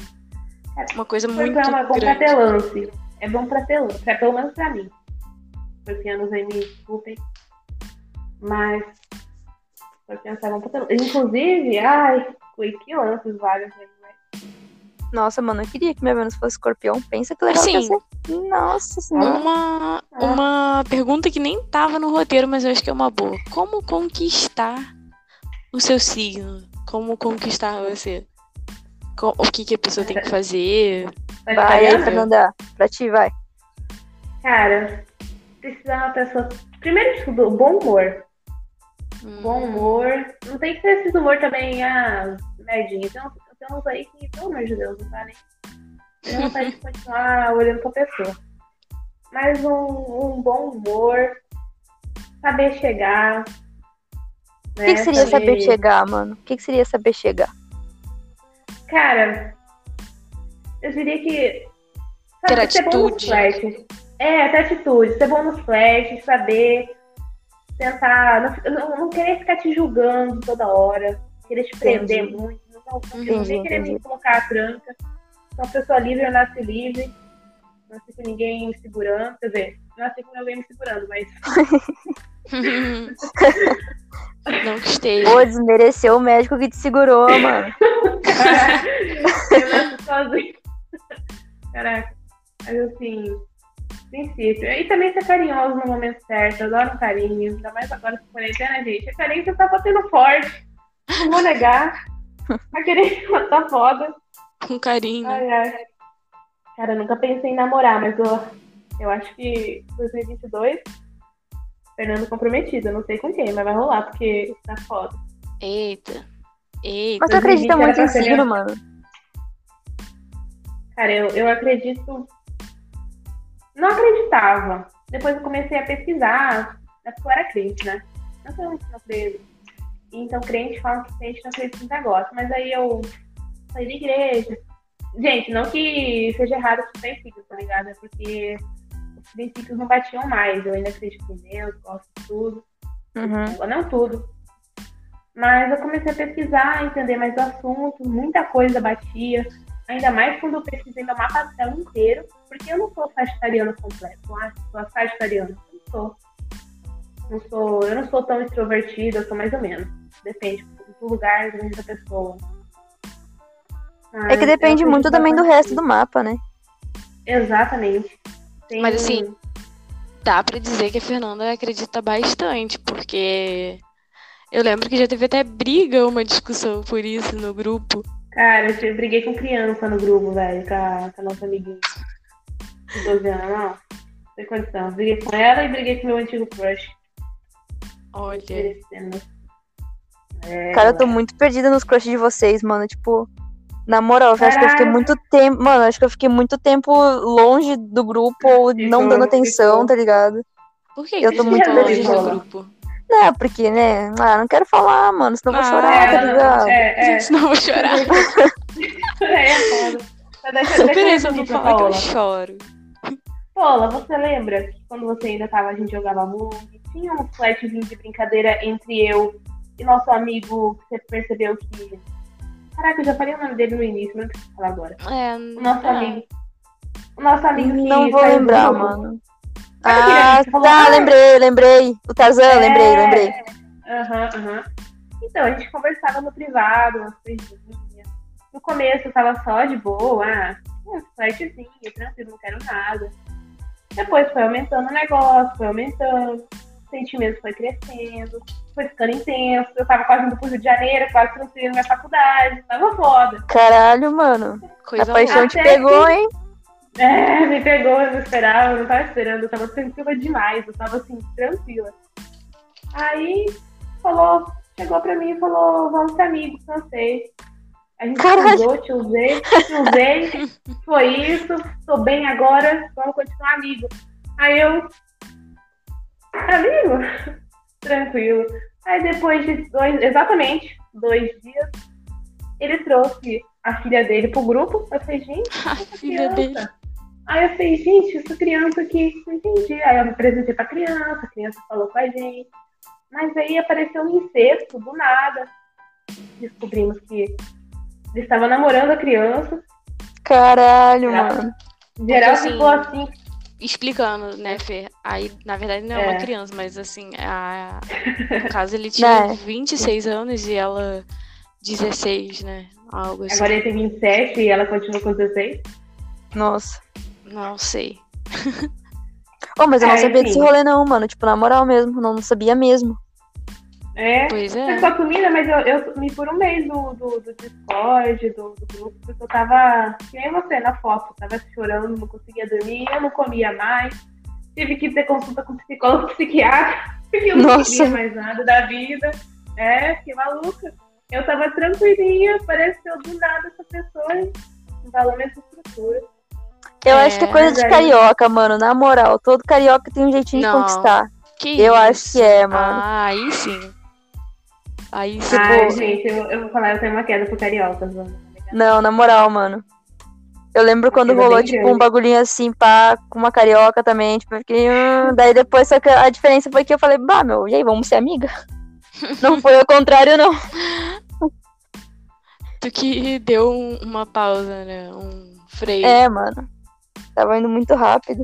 B: uma coisa muito
C: Escorpião é bom pra
B: grande.
C: ter lance. É bom pra ter lance. É, pelo menos pra mim. anos aí, me desculpem. Mas eu pensava um pouco. Inclusive, ai, foi que lances vários aí, mas
A: Nossa, mano, eu queria que minha Vênus fosse escorpião. Pensa que legal
B: Assim,
A: que ia ser. Nossa senhora.
B: Uma, uma pergunta que nem tava no roteiro, mas eu acho que é uma boa. Como conquistar o seu signo? Como conquistar você? Co- O que, que a pessoa tem que fazer?
C: Vai ficar
A: Vai aí,
C: olhando?
A: Fernanda. Pra ti, vai.
C: Cara, precisa uma pessoa. Primeiro de tudo, bom humor.
B: Hum,
C: Bom
A: Uhum.
C: humor. Não tem que ser esse humor também, ah, merdinha. Então, tem uns aí que, pelo amor de Deus, não tá nem.
A: <laughs>
C: Tem vontade de continuar olhando pra pessoa. Mas um, um bom humor. Saber chegar. né,
A: O
C: É,
A: que, que seria
B: Sim.
A: saber chegar, mano? O que, que seria saber chegar?
C: Cara, eu diria que.
B: Ter
C: ser bom nos
B: atitude.
C: flashes. É, ter atitude, ser bom nos flashes, saber tentar. Não, não- não querer ficar te julgando toda hora, querer te prender
A: Entendi.
C: muito, não, não,
B: Hum.
C: não
B: <laughs>
A: Entendi,
C: nem querer me
A: entendi.
C: colocar a tranca. Sou uma pessoa livre, eu nasci livre. Não fico ninguém me segurando. Quer dizer, não nasci com ninguém me segurando, mas.
B: Não que esteja.
A: Pô, desmereceu o médico que te segurou, mano.
C: É. eu nasci sozinha. Caraca. Mas assim, princípio. E também ser carinhoso no momento certo. Eu adoro um carinho. Ainda mais agora que quarentena, gente. A carência tá batendo forte. Não vou negar. A <laughs> carência tá foda.
B: Com carinho. né?
C: Ai, ai. Cara, eu nunca pensei em namorar, mas eu, eu acho que 2022, Fernando comprometido. Eu não sei com quem, mas vai rolar, porque tá foda.
B: Eita. Eita.
A: Mas tu acredita
C: 2020
A: muito
C: era
A: em
C: pra ser
A: signo,
C: legal.
A: mano?
C: Cara, eu, eu acredito. Não acreditava. Depois eu comecei a pesquisar. Mas eu era crente, né? Não que eu não creio. Então, crente fala que crente não acredita em negócio. Mas aí eu saí da igreja. Gente, não que seja errado os princípios, tá ligado? É porque os princípios não batiam mais. Eu ainda acredito em Deus, gosto de tudo
A: Uhum.
C: não tudo. Mas eu comecei a pesquisar, entender mais o assunto, muita coisa batia. Ainda mais quando eu pesquisei meu mapa astral inteiro, porque eu não sou sagitariana completa, eu acho que sou a sagitariana, eu não sou. Não sou, eu não sou tão extrovertida, eu sou mais ou menos. Depende do lugar, depende da pessoa.
A: É que
C: Mas
A: depende
C: eu
A: muito
C: acredito
A: também do
C: bastante.
A: resto do mapa, né?
C: Exatamente. Tem-
B: Mas, assim, Dá pra dizer que a Fernanda acredita bastante, porque eu lembro que já teve até briga, uma discussão por isso no grupo.
C: Cara, eu briguei com criança no grupo, velho, com a, com a nossa amiguinha de 12 anos, não. Sem condição. Briguei com ela e briguei com meu antigo crush.
B: Olha,
C: Merecendo. né? É,
A: Cara, eu tô muito perdida nos crushes de vocês, mano. Tipo, na moral, eu acho que eu fiquei
C: Caraca.
A: muito tempo. Mano, eu acho que eu fiquei muito tempo longe do grupo, ou não
C: Ficou,
A: dando atenção,
C: ficou.
A: tá ligado?
B: por que
A: Eu tô
B: que você
A: muito
B: tá longe do
C: nervosa.
B: grupo?
A: Não, porque, né? Ah, não quero falar, mano, senão eu vou
B: Ah,
A: chorar, tá
C: é, não,
A: ligado?
C: é, <laughs> é,
B: Senão eu vou chorar.
C: é, é, foda. Mas Deixa, deixa
B: Beleza, eu
C: eu
B: não
C: pedir
B: falo
C: pra
B: que eu
C: Paola.
B: choro.
C: Paola, você lembra que quando você ainda tava, a gente jogava muito? Tinha um flashzinho de brincadeira entre eu e nosso amigo que você percebeu que. Caraca, eu já falei o nome dele no início, mas não preciso falar agora.
B: É,
C: O nosso
B: ah,
C: amigo. O nosso amigo que
A: Não vou
C: saiu do
A: lembrar,
C: grupo.
A: mano.
C: Sabe aquele
A: Ah,
C: amigo que falou,
A: tá,
C: "Ah,
A: lembrei, lembrei. O Tarzan,
C: É.
A: lembrei, lembrei.
C: Aham, aham. Então, a gente conversava no privado, umas coisinhas. No começo eu tava só de boa, ah, um flertezinho, tranquilo, não quero nada. Depois foi aumentando o negócio, foi aumentando, o sentimento foi crescendo, foi ficando intenso. Eu tava quase indo pro Rio de Janeiro, quase transferindo minha faculdade, tava foda.
A: Caralho, mano.
B: Coisa
A: a paixão te
C: Até
A: pegou,
C: que-
A: hein?
C: É, me pegou, eu não esperava, eu não tava esperando, eu tava tranquila demais, eu tava assim, tranquila. Aí falou, chegou pra mim e falou, vamos ser amigos, cansei. A gente
A: Caralho.
C: se usou, te usei, te usei, foi isso, tô bem agora, vamos continuar amigo. Aí eu, amigo? <laughs> Tranquilo. Aí depois de dois, exatamente, dois dias, ele trouxe a filha dele pro grupo, eu falei, gente,
B: <laughs> A filha dele.
C: criança. Aí eu falei, gente, essa criança aqui, não entendi. Aí eu me apresentei pra criança, a criança falou com a gente. Mas aí apareceu um incesto, do nada. Descobrimos que ele estava namorando a criança.
A: Caralho,
C: Era-
A: mano.
C: Geral
B: assim,
C: ficou assim,
B: explicando, né, Fer? Aí, na verdade, não é, uma
C: É.
B: criança, mas assim, a... <laughs> no caso ele tinha
A: Né.
B: 26 anos e ela 16, né? Algo assim.
C: Agora ele tem 27 e ela continua com 16.
A: Nossa.
B: Não sei.
A: Oh, mas eu não
C: É,
A: sabia desse
C: enfim.
A: rolê, não, mano. Tipo, na moral mesmo, não sabia mesmo.
C: É.
B: Pois
C: Eu
B: é.
C: sou sumida, mas eu, eu sumi por um mês do, do, do Discord, do, do grupo, porque eu tava, que nem você, na foto, tava chorando, não conseguia dormir, eu não comia mais, tive que ter consulta com psicólogo, <laughs> psiquiatra, porque eu não
A: Nossa.
C: queria mais nada da vida, é, que maluca. Eu tava tranquilinha, apareceu do nada essa pessoa, e valor minha estrutura.
A: Eu
B: É,
A: acho que é coisa de
C: mas aí-
A: carioca, mano. Na moral, todo carioca tem um jeitinho
B: Não.
A: de conquistar.
B: Que
A: Eu acho
B: isso?
A: que é, mano. Tipo,
B: Ah, aí sim. Aí sim.
C: Ai, gente, eu, eu vou falar, eu tenho uma queda pro carioca, mano.
A: Não, na moral, mano. Eu lembro quando
C: Aquilo é
A: rolou,
C: bem
A: tipo,
C: grande.
A: um bagulhinho assim, pá, com uma carioca também, tipo, eu fiquei. "Hum", daí depois, só que a diferença foi que eu falei, bah, meu, e aí, vamos ser amiga? não foi ao contrário, não.
B: Tu que deu um- uma pausa, né? Um freio.
A: É, mano. Tava indo muito rápido.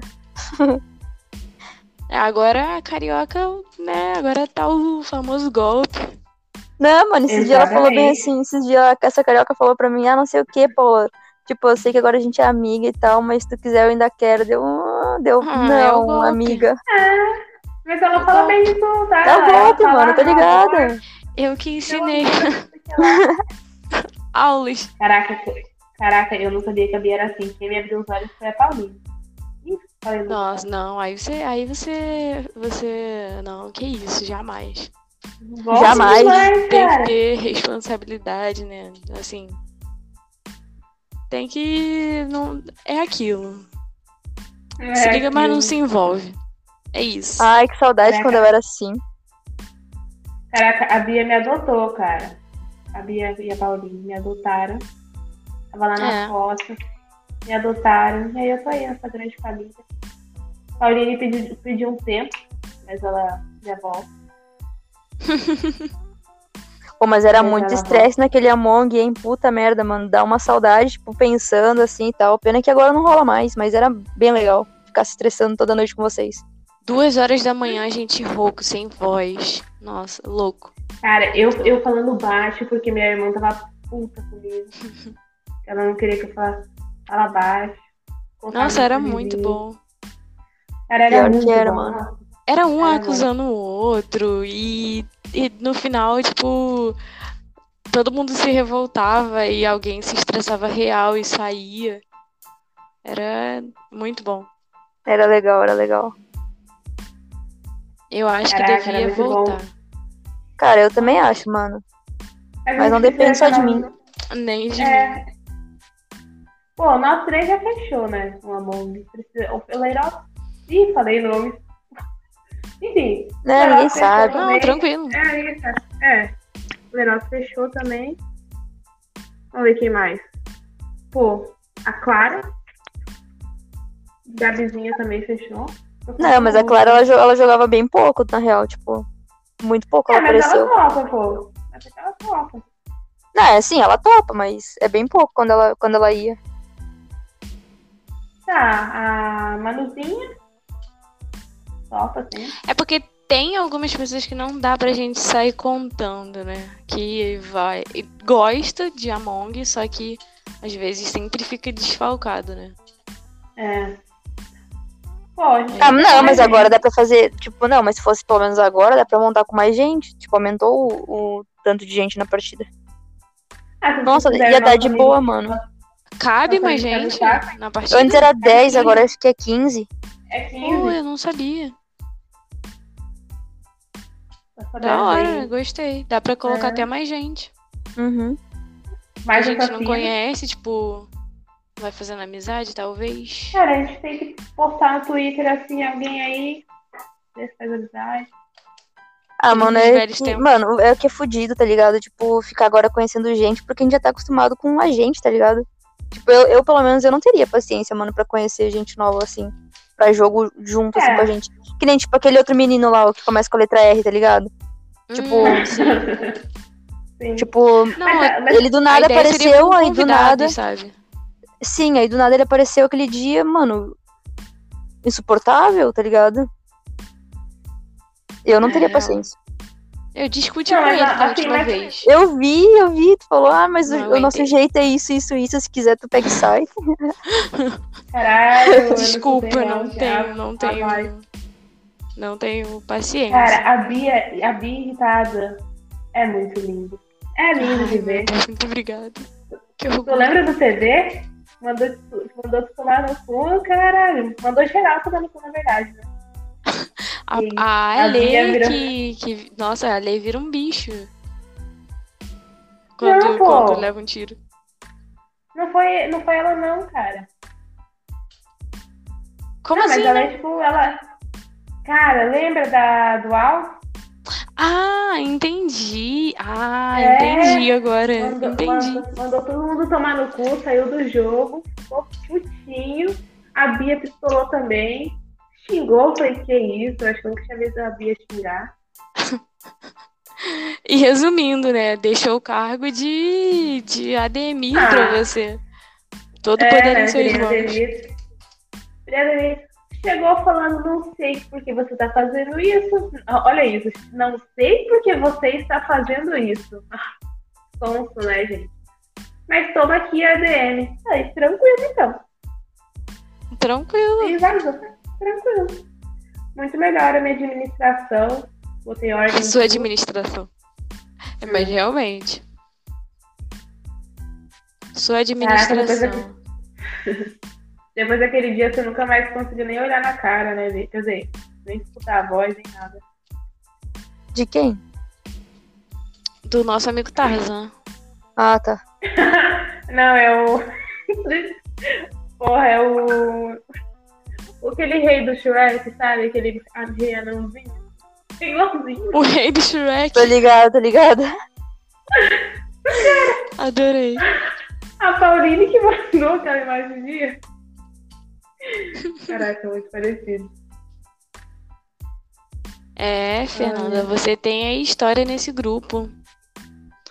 B: É, Agora a carioca, né? Agora tá o famoso golpe.
A: Não, mano, esses dias ela falou bem
C: Exatamente.
A: assim, esses dias ela- essa carioca falou pra mim, ah, não sei o que, Paula. Tipo, eu sei que agora a gente é amiga e tal, mas se tu quiser eu ainda quero. Deu, "Ah", deu,
B: Ah, é o
A: não,
B: golpe.
A: amiga.
C: Mas ela fala bem disso, tá?
A: É o golpe,
C: Ela fala,
A: mano, tá
C: "Ah, amor,
A: ligada?
B: Eu que
C: seu
B: ensinei
C: amor, não sei o que lá.
B: aulas.
C: Caraca, co- caraca, eu não sabia que a Bia era assim. Quem me abriu os olhos foi a Paulinha. Ih, falei, não.
B: Nossa, não, aí você, aí você, você, não, que isso, jamais.
C: Bom
A: jamais.
C: demais,
B: né? Tem que
C: cara.
B: ter responsabilidade, né? Assim, tem que, não, é aquilo. se
C: É,
B: liga, mas não
C: que-
B: se envolve. É isso.
A: Ai, que saudade
C: Caraca.
A: quando eu era assim.
C: Caraca, a Bia me adotou, cara. A Bia e a Paulinha me adotaram. Tava lá na
B: É.
C: foto. Me adotaram. E aí eu tô aí nessa grande família. Paulinha pediu, pediu um tempo, mas ela já volta.
A: Pô, mas era
C: Mas
A: muito
C: ela-
A: estresse naquele Among, hein? Puta merda, mano. Dá uma saudade, tipo, pensando assim e tal. Pena que agora não rola mais, mas era bem legal ficar se estressando toda noite com vocês.
B: Duas horas da manhã, gente rouco, sem voz. Nossa, louco.
C: Cara, eu, eu falando baixo porque minha irmã tava puta
B: <laughs>
C: comigo. Ela não queria que eu falasse fala baixo. contava
B: Nossa, era
C: pro
B: muito
C: vizinho.
B: bom.
C: Cara, era
A: Pior
C: muito
A: que era,
C: bom.
A: mano.
C: Nossa,
B: Era um
C: Era.
B: acusando o outro e, e no final, tipo, todo mundo se revoltava e alguém se estressava real e saía. Era muito bom.
A: Era legal, era legal.
B: Eu acho
C: Caraca,
B: que
C: era
B: devia
C: muito bom.
B: voltar.
A: Cara, eu também acho, mano.
C: a
A: Mas não
C: gente
A: depende só de mim.
B: Nem de mim.
C: É. Pô, nós três já fechou, né? O Among. Precisa... O Leirox. Ih, falei nome. <laughs> Enfim.
A: Né?
C: Não,
A: Ninguém
C: fechou.
A: sabe.
B: Não,
C: também.
B: tranquilo.
C: É isso. É. O Leirox fechou também. Vamos ver quem mais. Pô, a Clara. Gabizinha também fechou.
A: Não, mas a Clara, ela, jo- ela jogava bem pouco, na real. Tipo, muito pouco
C: É,
A: ela
C: mas
A: apareceu.
C: ela topa, pô. Mas é ela topa.
A: Não, é assim, ela topa, mas é bem pouco quando ela, quando ela ia.
C: Tá, a Manuzinha. assim. Topa, sim.
B: É porque tem algumas pessoas que não dá pra gente sair contando, né? Que vai. e Gosta de Among, só que às vezes sempre fica desfalcado, né?
C: É. Pode.
A: Ah, não, mas agora dá pra fazer. Tipo, não, mas se fosse pelo menos agora, dá pra montar com mais gente. Tipo, aumentou o, o tanto de gente na partida.
C: Ah, se
A: Nossa,
C: quiser
A: ia
C: uma
A: dar de
C: família-
A: boa, mano.
B: Cabe
C: Nossa,
B: mais
C: a gente
B: gente
C: tá no
B: na partida?
A: Antes era 10,
C: quinze.
A: agora acho que é 15.
C: É
B: Pô,
C: 15.
B: eu não sabia. Da
C: essa data
B: hora,
C: aí.
B: gostei. Dá pra colocar
C: É. um
B: até mais gente.
A: Uhum.
B: A
C: Mas
B: gente
C: essa
B: não
C: filha-
B: conhece, tipo, vai fazendo amizade, talvez.
C: Cara, a gente tem que postar no Twitter assim, alguém aí. Vê se faz amizade.
A: Ah,
B: Todos
A: mano,
B: os
A: é,
B: velhos
A: que-
B: tempos.
A: mano, é que é fudido, tá ligado? Tipo, ficar agora conhecendo gente, porque a gente já tá acostumado com a gente, tá ligado? Tipo, eu, eu, pelo menos, eu não teria paciência, mano, pra conhecer gente nova, assim, pra jogo junto, assim,
C: É.
A: com a gente. Que nem, tipo, aquele outro menino lá, o que começa com a letra R, tá ligado? Tipo, <laughs>
B: Hum, sim.
C: Sim.
A: Tipo,
B: não,
C: mas, mas
A: ele do
B: a
A: nada
B: ideia seria
A: apareceu,
B: um com
A: aí do
B: convidados,
A: nada...
B: sabe?
A: Sim, aí do nada ele apareceu aquele dia, mano. insuportável, tá ligado? Eu não teria
B: É.
A: paciência.
B: Eu discuti
C: Não,
B: com
C: mas
B: ele
C: a-
B: da
C: assim,
B: última
C: mas-
B: vez.
A: Eu vi, eu vi, tu falou, ah, mas o-
B: Não,
A: o,
B: eu
A: nosso
B: entendi.
A: jeito é isso, isso, isso, se quiser tu pega e sai.
C: Caralho. eu não
B: Desculpa,
C: sei é
B: não
C: já. tá
B: tenho, não
C: jamais.
B: tenho. Não tenho paciência.
C: Cara, a Bia, a Bia irritada é muito lindo. É lindo de
B: Ai,
C: ver.
B: meu Deus, Ah, muito obrigada. Que
C: Tu
B: orgulho.
C: lembra do TV? Mandou, te- mandou te tomar no cu, caralho. Mandou geral tomar no cu, na verdade. Né?
B: A,
C: Sim,
B: a
C: assim. a
B: Ale
C: Bia virou-
B: que, que. Nossa, a Ale vira um bicho. Quando,
C: Não, pô.
B: quando leva um tiro.
C: Não foi, não foi ela, não, cara.
B: Como
C: não,
B: assim?
C: mas ela, é, tipo, ela. Cara, lembra da, do Al?
B: Ah, entendi. Ah,
C: É.
B: entendi agora.
C: Mandou,
B: entendi.
C: mandou- mandou todo mundo tomar no cu, saiu do jogo, ficou chutinho. A Bia pistolou também. Xingou, falei, que isso? Eu acho que eu nunca tinha visto a Bia xingar.
B: E resumindo, né? Deixou o cargo de, de ADMI
C: Ah. né,
B: pra você. Todo poder em suas
C: Adriana
B: mãos.
C: É, Denise. Adriana Denise Chegou falando, não sei por que você tá fazendo isso. Olha isso, não sei por que você está fazendo isso. <laughs> Sonso, né, gente? Mas toma aqui a ADM. Aí, tranquilo, então.
B: Tranquilo.
C: E vários outros. Tranquilo. Muito melhor a minha administração. Botei ordem. em
B: Sua
C: tudo.
B: administração. É, mas realmente. Sua administração.
C: Depois daquele dia, você nunca mais conseguiu nem olhar na cara, né? Vi? Quer dizer, nem escutar a voz, nem nada.
A: De quem?
B: Do nosso amigo Tarzan.
A: Ah, tá.
C: Não, é o. <laughs> Porra, é o. Aquele rei do Shrek, sabe? Aquele rei anãozinho. Igualzinho.
B: O rei do Shrek.
A: Tô ligado, tô ligado.
B: É, Adorei.
C: A Pauline que mandou aquela imagem de dia. Caraca, muito parecido.
B: É, Fernanda, você tem aí história nesse grupo.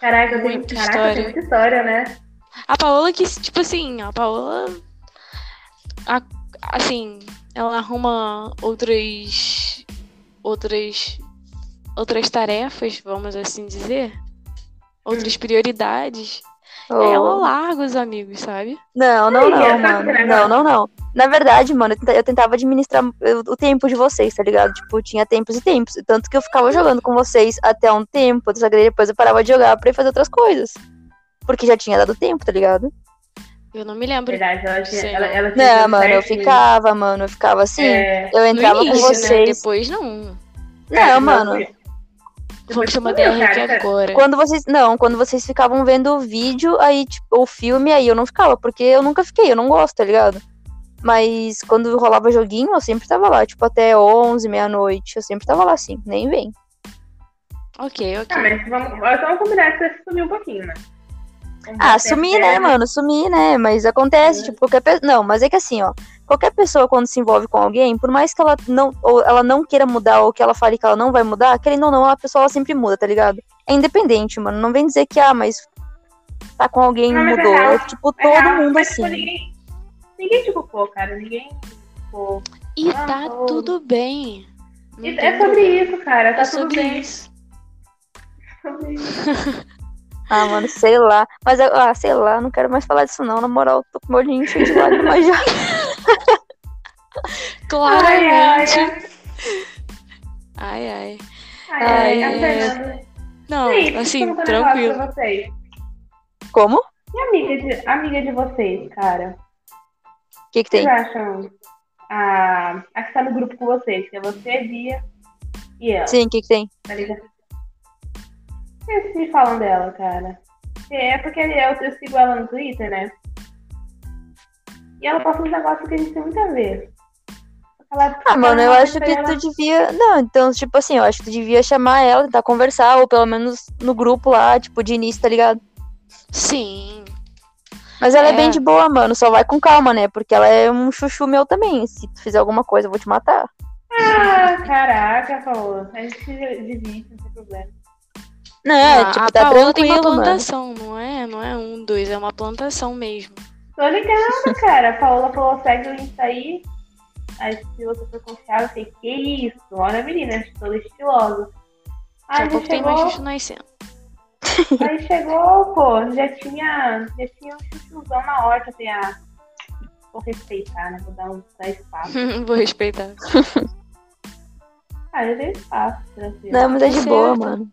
C: Caraca, tem,
B: Muita
C: caraca,
B: história.
C: tem muita história, né?
B: A Paola que, tipo assim, a Paola. a- assim, ela arruma outras. outras. outras tarefas, vamos assim dizer. Outras prioridades. É, Ela
A: Oh.
B: larga os amigos, sabe?
A: Não, não,
C: Aí,
A: não,
C: é
A: mano.
C: bacana.
A: Não, não, não. Na verdade, mano, eu tenta- eu tentava administrar o o tempo de vocês, tá ligado? Tipo, tinha tempos e tempos. Tanto que eu ficava jogando com vocês até um tempo, só que daí depois eu parava de jogar pra ir fazer outras coisas. Porque já tinha dado tempo, tá ligado?
B: Eu não me lembro.
C: Verdade, ela
B: Sim.
C: tinha. Ela, ela tinha
A: Não,
C: feito
A: mano, eu
C: certinho.
A: ficava, mano, eu ficava assim.
C: É,
A: Eu entrava
B: né? no
A: com
B: início, né?
A: vocês.
B: Depois não.
A: Não, mano.
B: Vamos chamar
C: fudeu,
B: DR aqui
C: cara.
B: agora.
A: Quando vocês. Não, quando vocês ficavam vendo o vídeo, aí, tipo, ou filme, aí eu não ficava, porque eu nunca fiquei, eu não gosto, tá ligado? Mas quando rolava joguinho, eu sempre tava lá, tipo, até 11, meia-noite, eu sempre tava lá, assim, nem vem.
B: Ok, ok.
C: Ah, mas vamos, mas vamos combinar que você sumiu um pouquinho, né? Vamos é,
A: Ah,
C: bater
A: sumir,
C: perna.
A: né, mano? Sumir, né? Mas acontece,
C: É.
A: tipo, qualquer pessoa. Não, mas é que assim, ó. Qualquer pessoa, quando se envolve com alguém, por mais que ela não, ou ela não queira mudar, ou que ela fale que ela não vai mudar, querendo ou não, a pessoa ela sempre muda, tá ligado? É independente, mano. Não vem dizer que, ah, mas tá com alguém e
C: Não, mas é
A: mudou.
C: real.
A: É, tipo,
C: É
A: todo
C: real,
A: mundo
C: mas, tipo,
A: assim.
C: Ninguém, ninguém te culpou, cara. Ninguém culpou.
B: E
C: Ah,
B: tá
C: não.
B: tudo bem. Não
C: E-
B: tem
C: É sobre isso, cara. Tá
B: É
C: tudo
B: sobre
C: bem.
B: isso.
C: sobre isso.
A: Ah, mano, sei lá. Mas, ah, sei lá, não quero mais falar disso, não. Na moral, tô com o olhinho cheio de lágrimas <laughs> já.
C: Ai, ai,
B: Claramente.
C: ai,
B: Ai, ai.
C: ai,
A: Ai,
C: ai,
A: é.
C: a Fernanda.
B: Não,
C: Ei, deixa
B: assim,
C: eu perguntar um negócio
B: tranquilo.
C: pra vocês.
A: Como? O
C: E a amiga de, a amiga de vocês, cara?
A: que que
C: O que vocês
A: tem?
C: acham? A, a que tá no grupo com vocês, que é você, Bia e ela,
A: Sim, o que que tem?
C: tá ligado? O que vocês me falam dela, cara? É porque eu, eu sigo ela no Twitter, né? E ela posta um negócio que a gente tem muito a ver. Ela-
A: Ah, mano, eu
C: ela-
A: acho que
C: ela-
A: tu devia. Não, então, tipo assim, eu acho que tu devia chamar ela, tentar conversar, ou pelo menos no grupo lá, tipo, de início, tá ligado?
B: Sim.
A: Mas ela é,
B: É.
A: bem de boa, mano, só vai com calma, né? Porque ela é um chuchu meu também. Se tu fizer alguma coisa, eu vou te matar.
C: Ah, caraca, Paola. A gente divide, não tem problema.
A: Não,
B: Ah,
A: tipo,
B: a
A: tá
B: Paola tem uma
A: tranquilo, mano.
B: plantação, não é? Não é um, dois, é uma plantação mesmo.
C: Tô ligada, cara. A Paola falou, segue o Insta aí. Aí se você for confiável, eu falei, que isso? Olha a menina, toda estilosa.
B: Daqui a
C: Aí
B: pouco tem
C: chegou,
B: mais gente nascendo. <laughs>
C: aí chegou, pô, já tinha, já tinha um chuchuzão na horta, assim, ah, vou respeitar, né? Vou dar um dar espaço.
B: Vou respeitar.
C: Ah, já dei espaço, tranquilo.
A: Não, mas é de
B: Tá Certo.
A: boa, mano.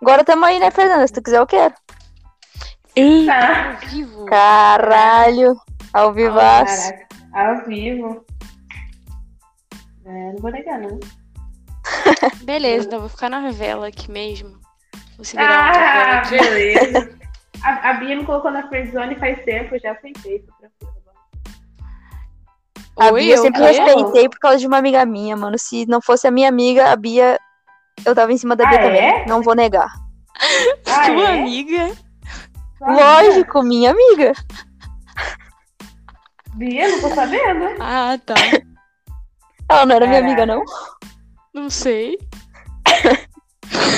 A: Agora tamo aí, né, Fernanda? Se tu quiser, eu quero.
B: Eita,
C: Tá.
B: ao vivo.
A: Caralho! Ao vivaço.
C: Caraca, ao vivo. É, não vou negar, não.
B: Beleza, então vou ficar na vela aqui mesmo. Vou um segurar uma vela
C: Ah,
B: aqui.
C: beleza. A, a Bia me colocou na friendzone faz tempo, eu já aceitei, tô tranquila.
A: a
B: Oi,
A: Bia eu
B: eu
A: sempre
B: quero.
A: respeitei por causa de uma amiga minha, mano. Se não fosse a minha amiga, a Bia. Eu tava em cima da
C: Ah,
A: Bia
C: é?
A: também. Não vou negar.
C: Ah,
B: Tua
C: é?
B: amiga?
C: Sua
A: Lógico, minha amiga.
C: Bia, Bia, não tô sabendo.
B: Ah, tá.
A: Ela não era minha
C: Caraca.
A: amiga, não? <laughs>
B: Não sei.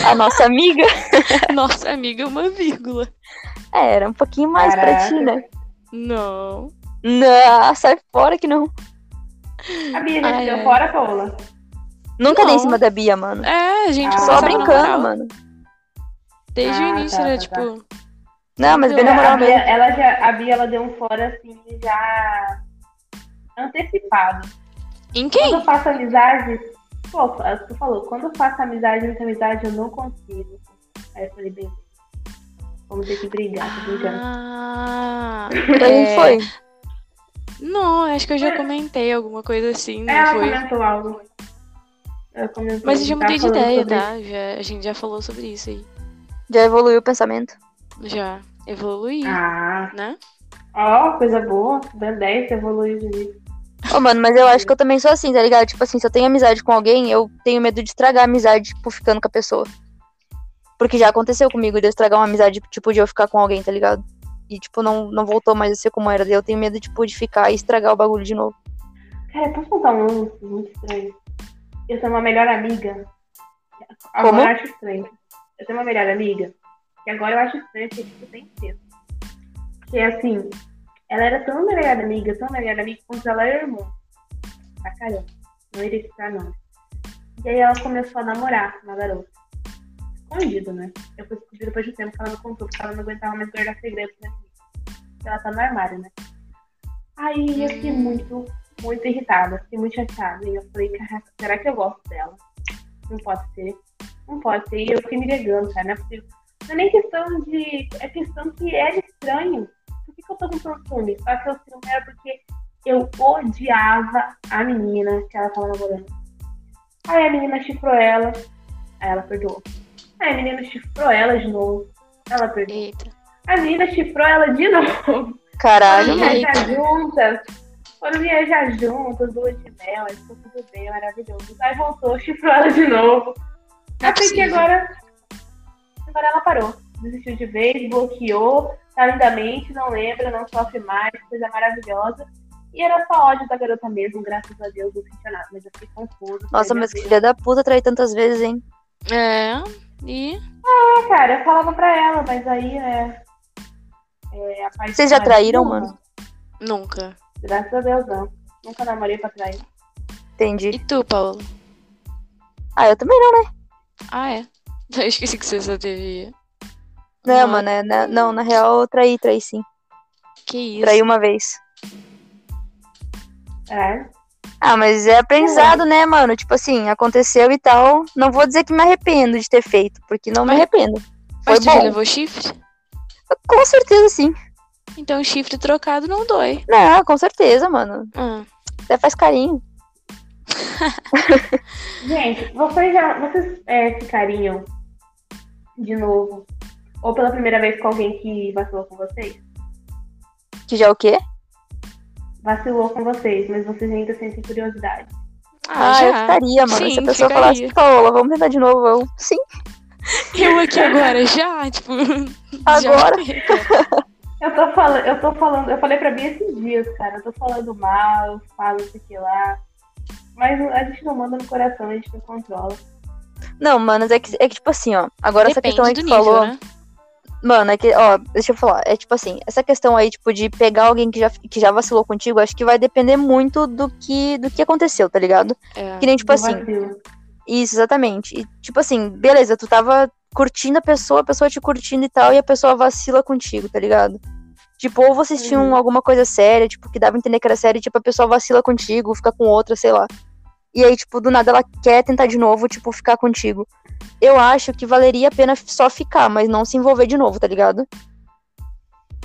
A: A nossa amiga.
B: Nossa amiga é uma vírgula.
A: É, era um pouquinho mais pra
C: Caraca.
A: ti, né?
B: Não.
A: Não, sai fora que não.
C: A Bia já
B: Ah,
C: te deu
B: é.
C: fora, Paula.
A: Nunca dei em
B: Não.
A: cima da Bia, mano.
B: É, a gente
C: Ah,
A: Só
B: conversava na moral.
A: brincando, mano.
B: Desde o
C: Ah,
B: início
C: tá,
B: era
C: tá,
B: tipo.
A: Não,
C: Ah,
A: mas bem na
B: Não,
A: moral
C: a, Bia,
A: mesmo.
C: ela já, a Bia, ela deu um fora, assim, já antecipado.
B: Em
C: Quando
B: quem?
C: eu faço amizade, pô, tu falou, quando eu faço amizade, muita amizade, eu não consigo. Aí eu falei, bem, vamos ter que brigar, tô brincando.
B: Ah,
A: A gente
B: é.
A: foi.
B: Ah, Não, acho que eu já comentei alguma coisa assim, não
C: É, Ela
B: foi?
C: comentou algo. Ela comentou
B: Mas eu já
C: que tava
B: mudei de
C: falando
B: ideia,
C: sobre-
B: tá? Já, a gente já falou sobre isso aí.
A: Já evoluiu o pensamento.
B: Já evoluí,
C: Ah,
B: né?
C: ó, coisa boa. Dá 10, evoluiu de mim.
A: Ô, mano, mas eu acho que eu também sou assim, tá ligado? Tipo assim, se eu tenho amizade com alguém, eu tenho medo de estragar a amizade, tipo, ficando com a pessoa. Porque já aconteceu comigo de eu estragar uma amizade, tipo, de eu ficar com alguém, tá ligado? E, tipo, não, não voltou mais a ser como era. Daí Eu tenho medo, tipo, de ficar e estragar o bagulho de novo.
C: Cara, posso contar um lance muito estranho? Eu tenho uma melhor amiga. Agora
A: Como?
C: eu acho estranho. Eu tenho uma melhor amiga. E agora eu acho estranho porque tipo, tem tempo. Que é assim, ela era tão melhor amiga, tão melhor amiga, quanto ela era irmã. Pra caramba. Não iria citar não. E aí ela começou a namorar com uma garota. Escondido, né? Eu fui descobrir depois de um tempo que ela me contou, porque ela não aguentava mais guardar segredos pra mim. Porque ela tá no armário, né? Aí eu fiquei
B: Hum.
C: muito, muito irritada, fiquei muito chateada. E eu falei, caraca, será que eu gosto dela? Não pode ser. Não pode ser. E eu fiquei me negando, cara. Não é possível. Não é nem questão de. É questão que era estranho. Por que, que eu tô com ciúme? Só que eu ciúme era é porque eu odiava a menina que ela tava namorando. Aí a menina chifrou ela. Aí ela perdoou. Aí a menina chifrou ela de novo. Ela perdoou.
B: Eita.
C: A menina chifrou ela de <laughs> novo.
A: Caralho,
C: Foram
A: mano.
B: Ai,
C: viajar
B: eita.
C: juntas. Foram viajar juntas, lua de mel, aí ficou tudo bem, maravilhoso. Aí voltou, chifrou ela de novo.
B: Não é
C: Até que
B: possível.
C: agora. Agora ela parou. Desistiu de vez, bloqueou, tá lindamente, não lembra, não sofre mais, coisa maravilhosa. E era só ódio da garota mesmo, graças a Deus, não sentia nada. Mas eu fiquei confusa.
A: Nossa,
C: perdi a
A: mas é que
C: vez.
A: filha da puta trai tantas vezes, hein?
B: É, e
C: É, cara, eu falava pra ela, mas aí, né. É, a parte
A: Vocês já
C: mais-
A: traíram,
C: Não,
A: mano?
B: nunca.
C: Graças a Deus, não. Nunca namorei pra trair.
A: Entendi.
B: E tu, Paulo?
A: Ah, eu também não, né?
B: Ah, é. <laughs> Eu esqueci que você só teve.
A: Não,
B: Ah,
A: mano, é- na- não, na real eu traí, traí sim.
B: Que isso?
A: Traí uma vez.
C: É.
A: Ah, mas é aprendizado, né, mano? Tipo assim, aconteceu e tal. Não vou dizer que me arrependo de ter feito, porque não me
B: Mas-
A: arrependo. um Foi
B: Mas tu já
A: bom.
B: levou chifre?
A: Com certeza, sim.
B: Então chifre trocado não dói.
A: Não, com certeza, mano.
B: Ah,
A: Até faz carinho.
C: Gente, vocês, já, vocês é, ficariam de novo ou pela primeira vez com alguém que vacilou com vocês?
A: Que já é o quê?
C: Vacilou com vocês, mas vocês ainda sentem curiosidade.
A: Ah, eu ficaria, mano.
B: Sim,
A: Se a pessoa
B: ficaria.
A: falasse, Paola, vamos tentar de novo, eu. Sim,
B: Eu aqui agora já, <laughs> tipo. já. <laughs>
A: agora.
C: Eu tô falando, eu tô falando, eu falei pra mim esses dias, cara, eu tô falando mal, eu falo isso aqui lá. Mas a gente não manda no coração, a gente não controla.
A: Não, mano, mas é que, é que tipo assim, ó. Agora essa
B: Depende
A: questão aí
B: do
A: que tu
B: nível,
A: falou.
B: né?
A: Mano, é que, ó, deixa eu falar. É tipo assim, essa questão aí, tipo, de pegar alguém que já, que já vacilou contigo, acho que vai depender muito do que, do que aconteceu, tá ligado?
B: É.
A: Que nem, tipo
C: Do
A: assim.
C: vazio.
A: Isso, exatamente. E, tipo assim, beleza, tu tava curtindo a pessoa, a pessoa te curtindo e tal, e a pessoa vacila contigo, tá ligado? Tipo, ou vocês tinham
C: Uhum.
A: alguma coisa séria, tipo, que dava a entender que era séria, e, tipo, a pessoa vacila contigo, fica com outra, sei lá. E aí, tipo, do nada ela quer tentar de novo, tipo, ficar contigo. Eu acho que valeria a pena só ficar, mas não se envolver de novo, tá ligado?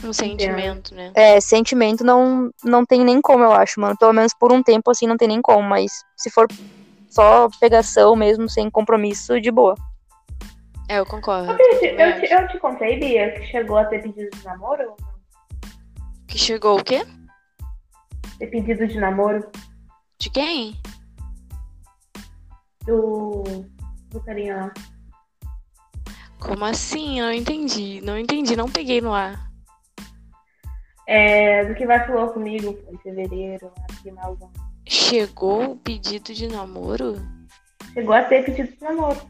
B: Um sentimento, né?
A: É, sentimento não, não tem nem como, eu acho, mano. Pelo menos por um tempo, assim, não tem nem como, mas se for só pegação mesmo, sem compromisso, de boa.
B: É, eu concordo.
C: Eu te, eu,
B: também
C: te, eu te contei, Bia, que chegou a ter pedido de namoro?
B: acho. Que chegou o quê?
C: Ter pedido de namoro
B: De quem?
C: do, do carinha lá.
B: Como assim? Eu não entendi. Não entendi, não peguei no ar.
C: É, do que vacilou comigo em fevereiro, lá, finalzão.
B: Chegou o pedido de namoro?
C: Chegou a ter pedido de namoro.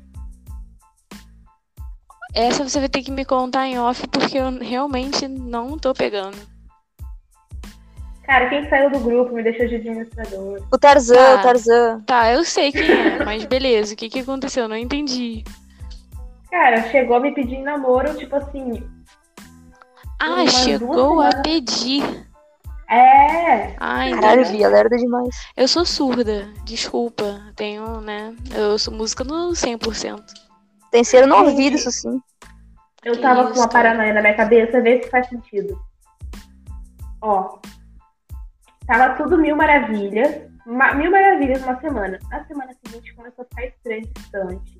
B: Essa você vai ter que me contar em off, porque eu realmente não tô pegando.
C: Cara, quem saiu do grupo me deixou de administrador.
A: O Tarzan,
B: Tá.
A: o Tarzan.
B: Tá, eu sei quem é, mas beleza, o que que aconteceu? Eu não entendi.
C: Cara, chegou a me pedir em namoro, tipo assim.
B: Ah,
C: Umas duas
B: chegou a
C: semanas.
B: pedir.
C: É!
B: Ah,
A: Caralho,
B: entendi.
A: Bia, lerda demais.
B: Eu sou surda, desculpa. Tenho, né? Eu sou música no 100%.
A: Tem cera no
C: Gente.
A: ouvido, isso sim.
C: Eu
B: Que
C: tava
B: isso,
C: com uma
B: cara.
C: paranoia na minha cabeça, vê se faz sentido. Ó. Tava tudo mil maravilhas. ma- mil maravilhas uma semana. Na semana seguinte começou a ficar estranho, distante.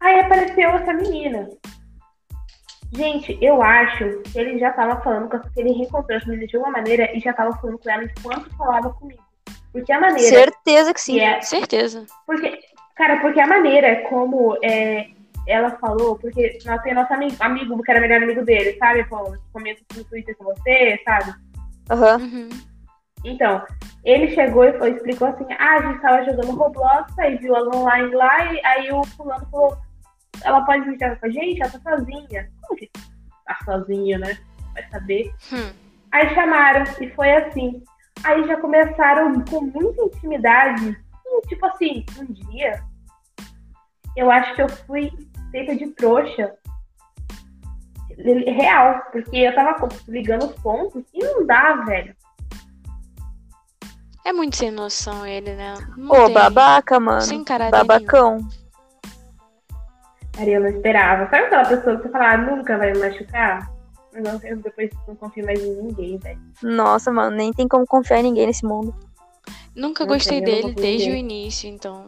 C: Aí apareceu essa menina. Gente, eu acho que ele já tava falando com essa, que ele reencontrou essa menina de uma maneira e já tava falando com ela enquanto falava comigo. Porque a maneira
A: Certeza que sim.
C: que é,
B: Certeza.
C: porque, cara, porque a maneira como é, ela falou, porque nós tem nosso ami- amigo, que era o melhor amigo dele, sabe, Paulo? Que comenta no Twitter com você, sabe?
A: Aham.
B: Uhum.
C: Então, ele chegou e foi- explicou assim, ah, a gente tava jogando Roblox, aí viu ela online lá, e aí o fulano falou, ela pode me ligar com a gente, ela tá sozinha. Como que tá sozinha, né? Vai saber.
B: Hum.
C: Aí chamaram e foi assim. Aí já começaram com muita intimidade. E, tipo assim, um dia eu acho que eu fui feita de trouxa. Real, porque eu tava co- ligando os pontos e não dá, velho.
B: É muito sem noção ele, né? Não
A: Ô,
B: tem- é
A: babaca, mano.
B: Sem caráter
A: Babacão.
C: Cara, eu não esperava. Sabe aquela pessoa que você fala, ah, nunca vai me machucar? Não, eu depois não confio mais em ninguém, velho.
A: Nossa, mano, nem tem como confiar em ninguém nesse mundo.
B: nenhum. Nunca
C: Não
B: gostei
C: tem, eu
B: dele
C: não confio
B: desde o
C: ninguém.
B: início, então.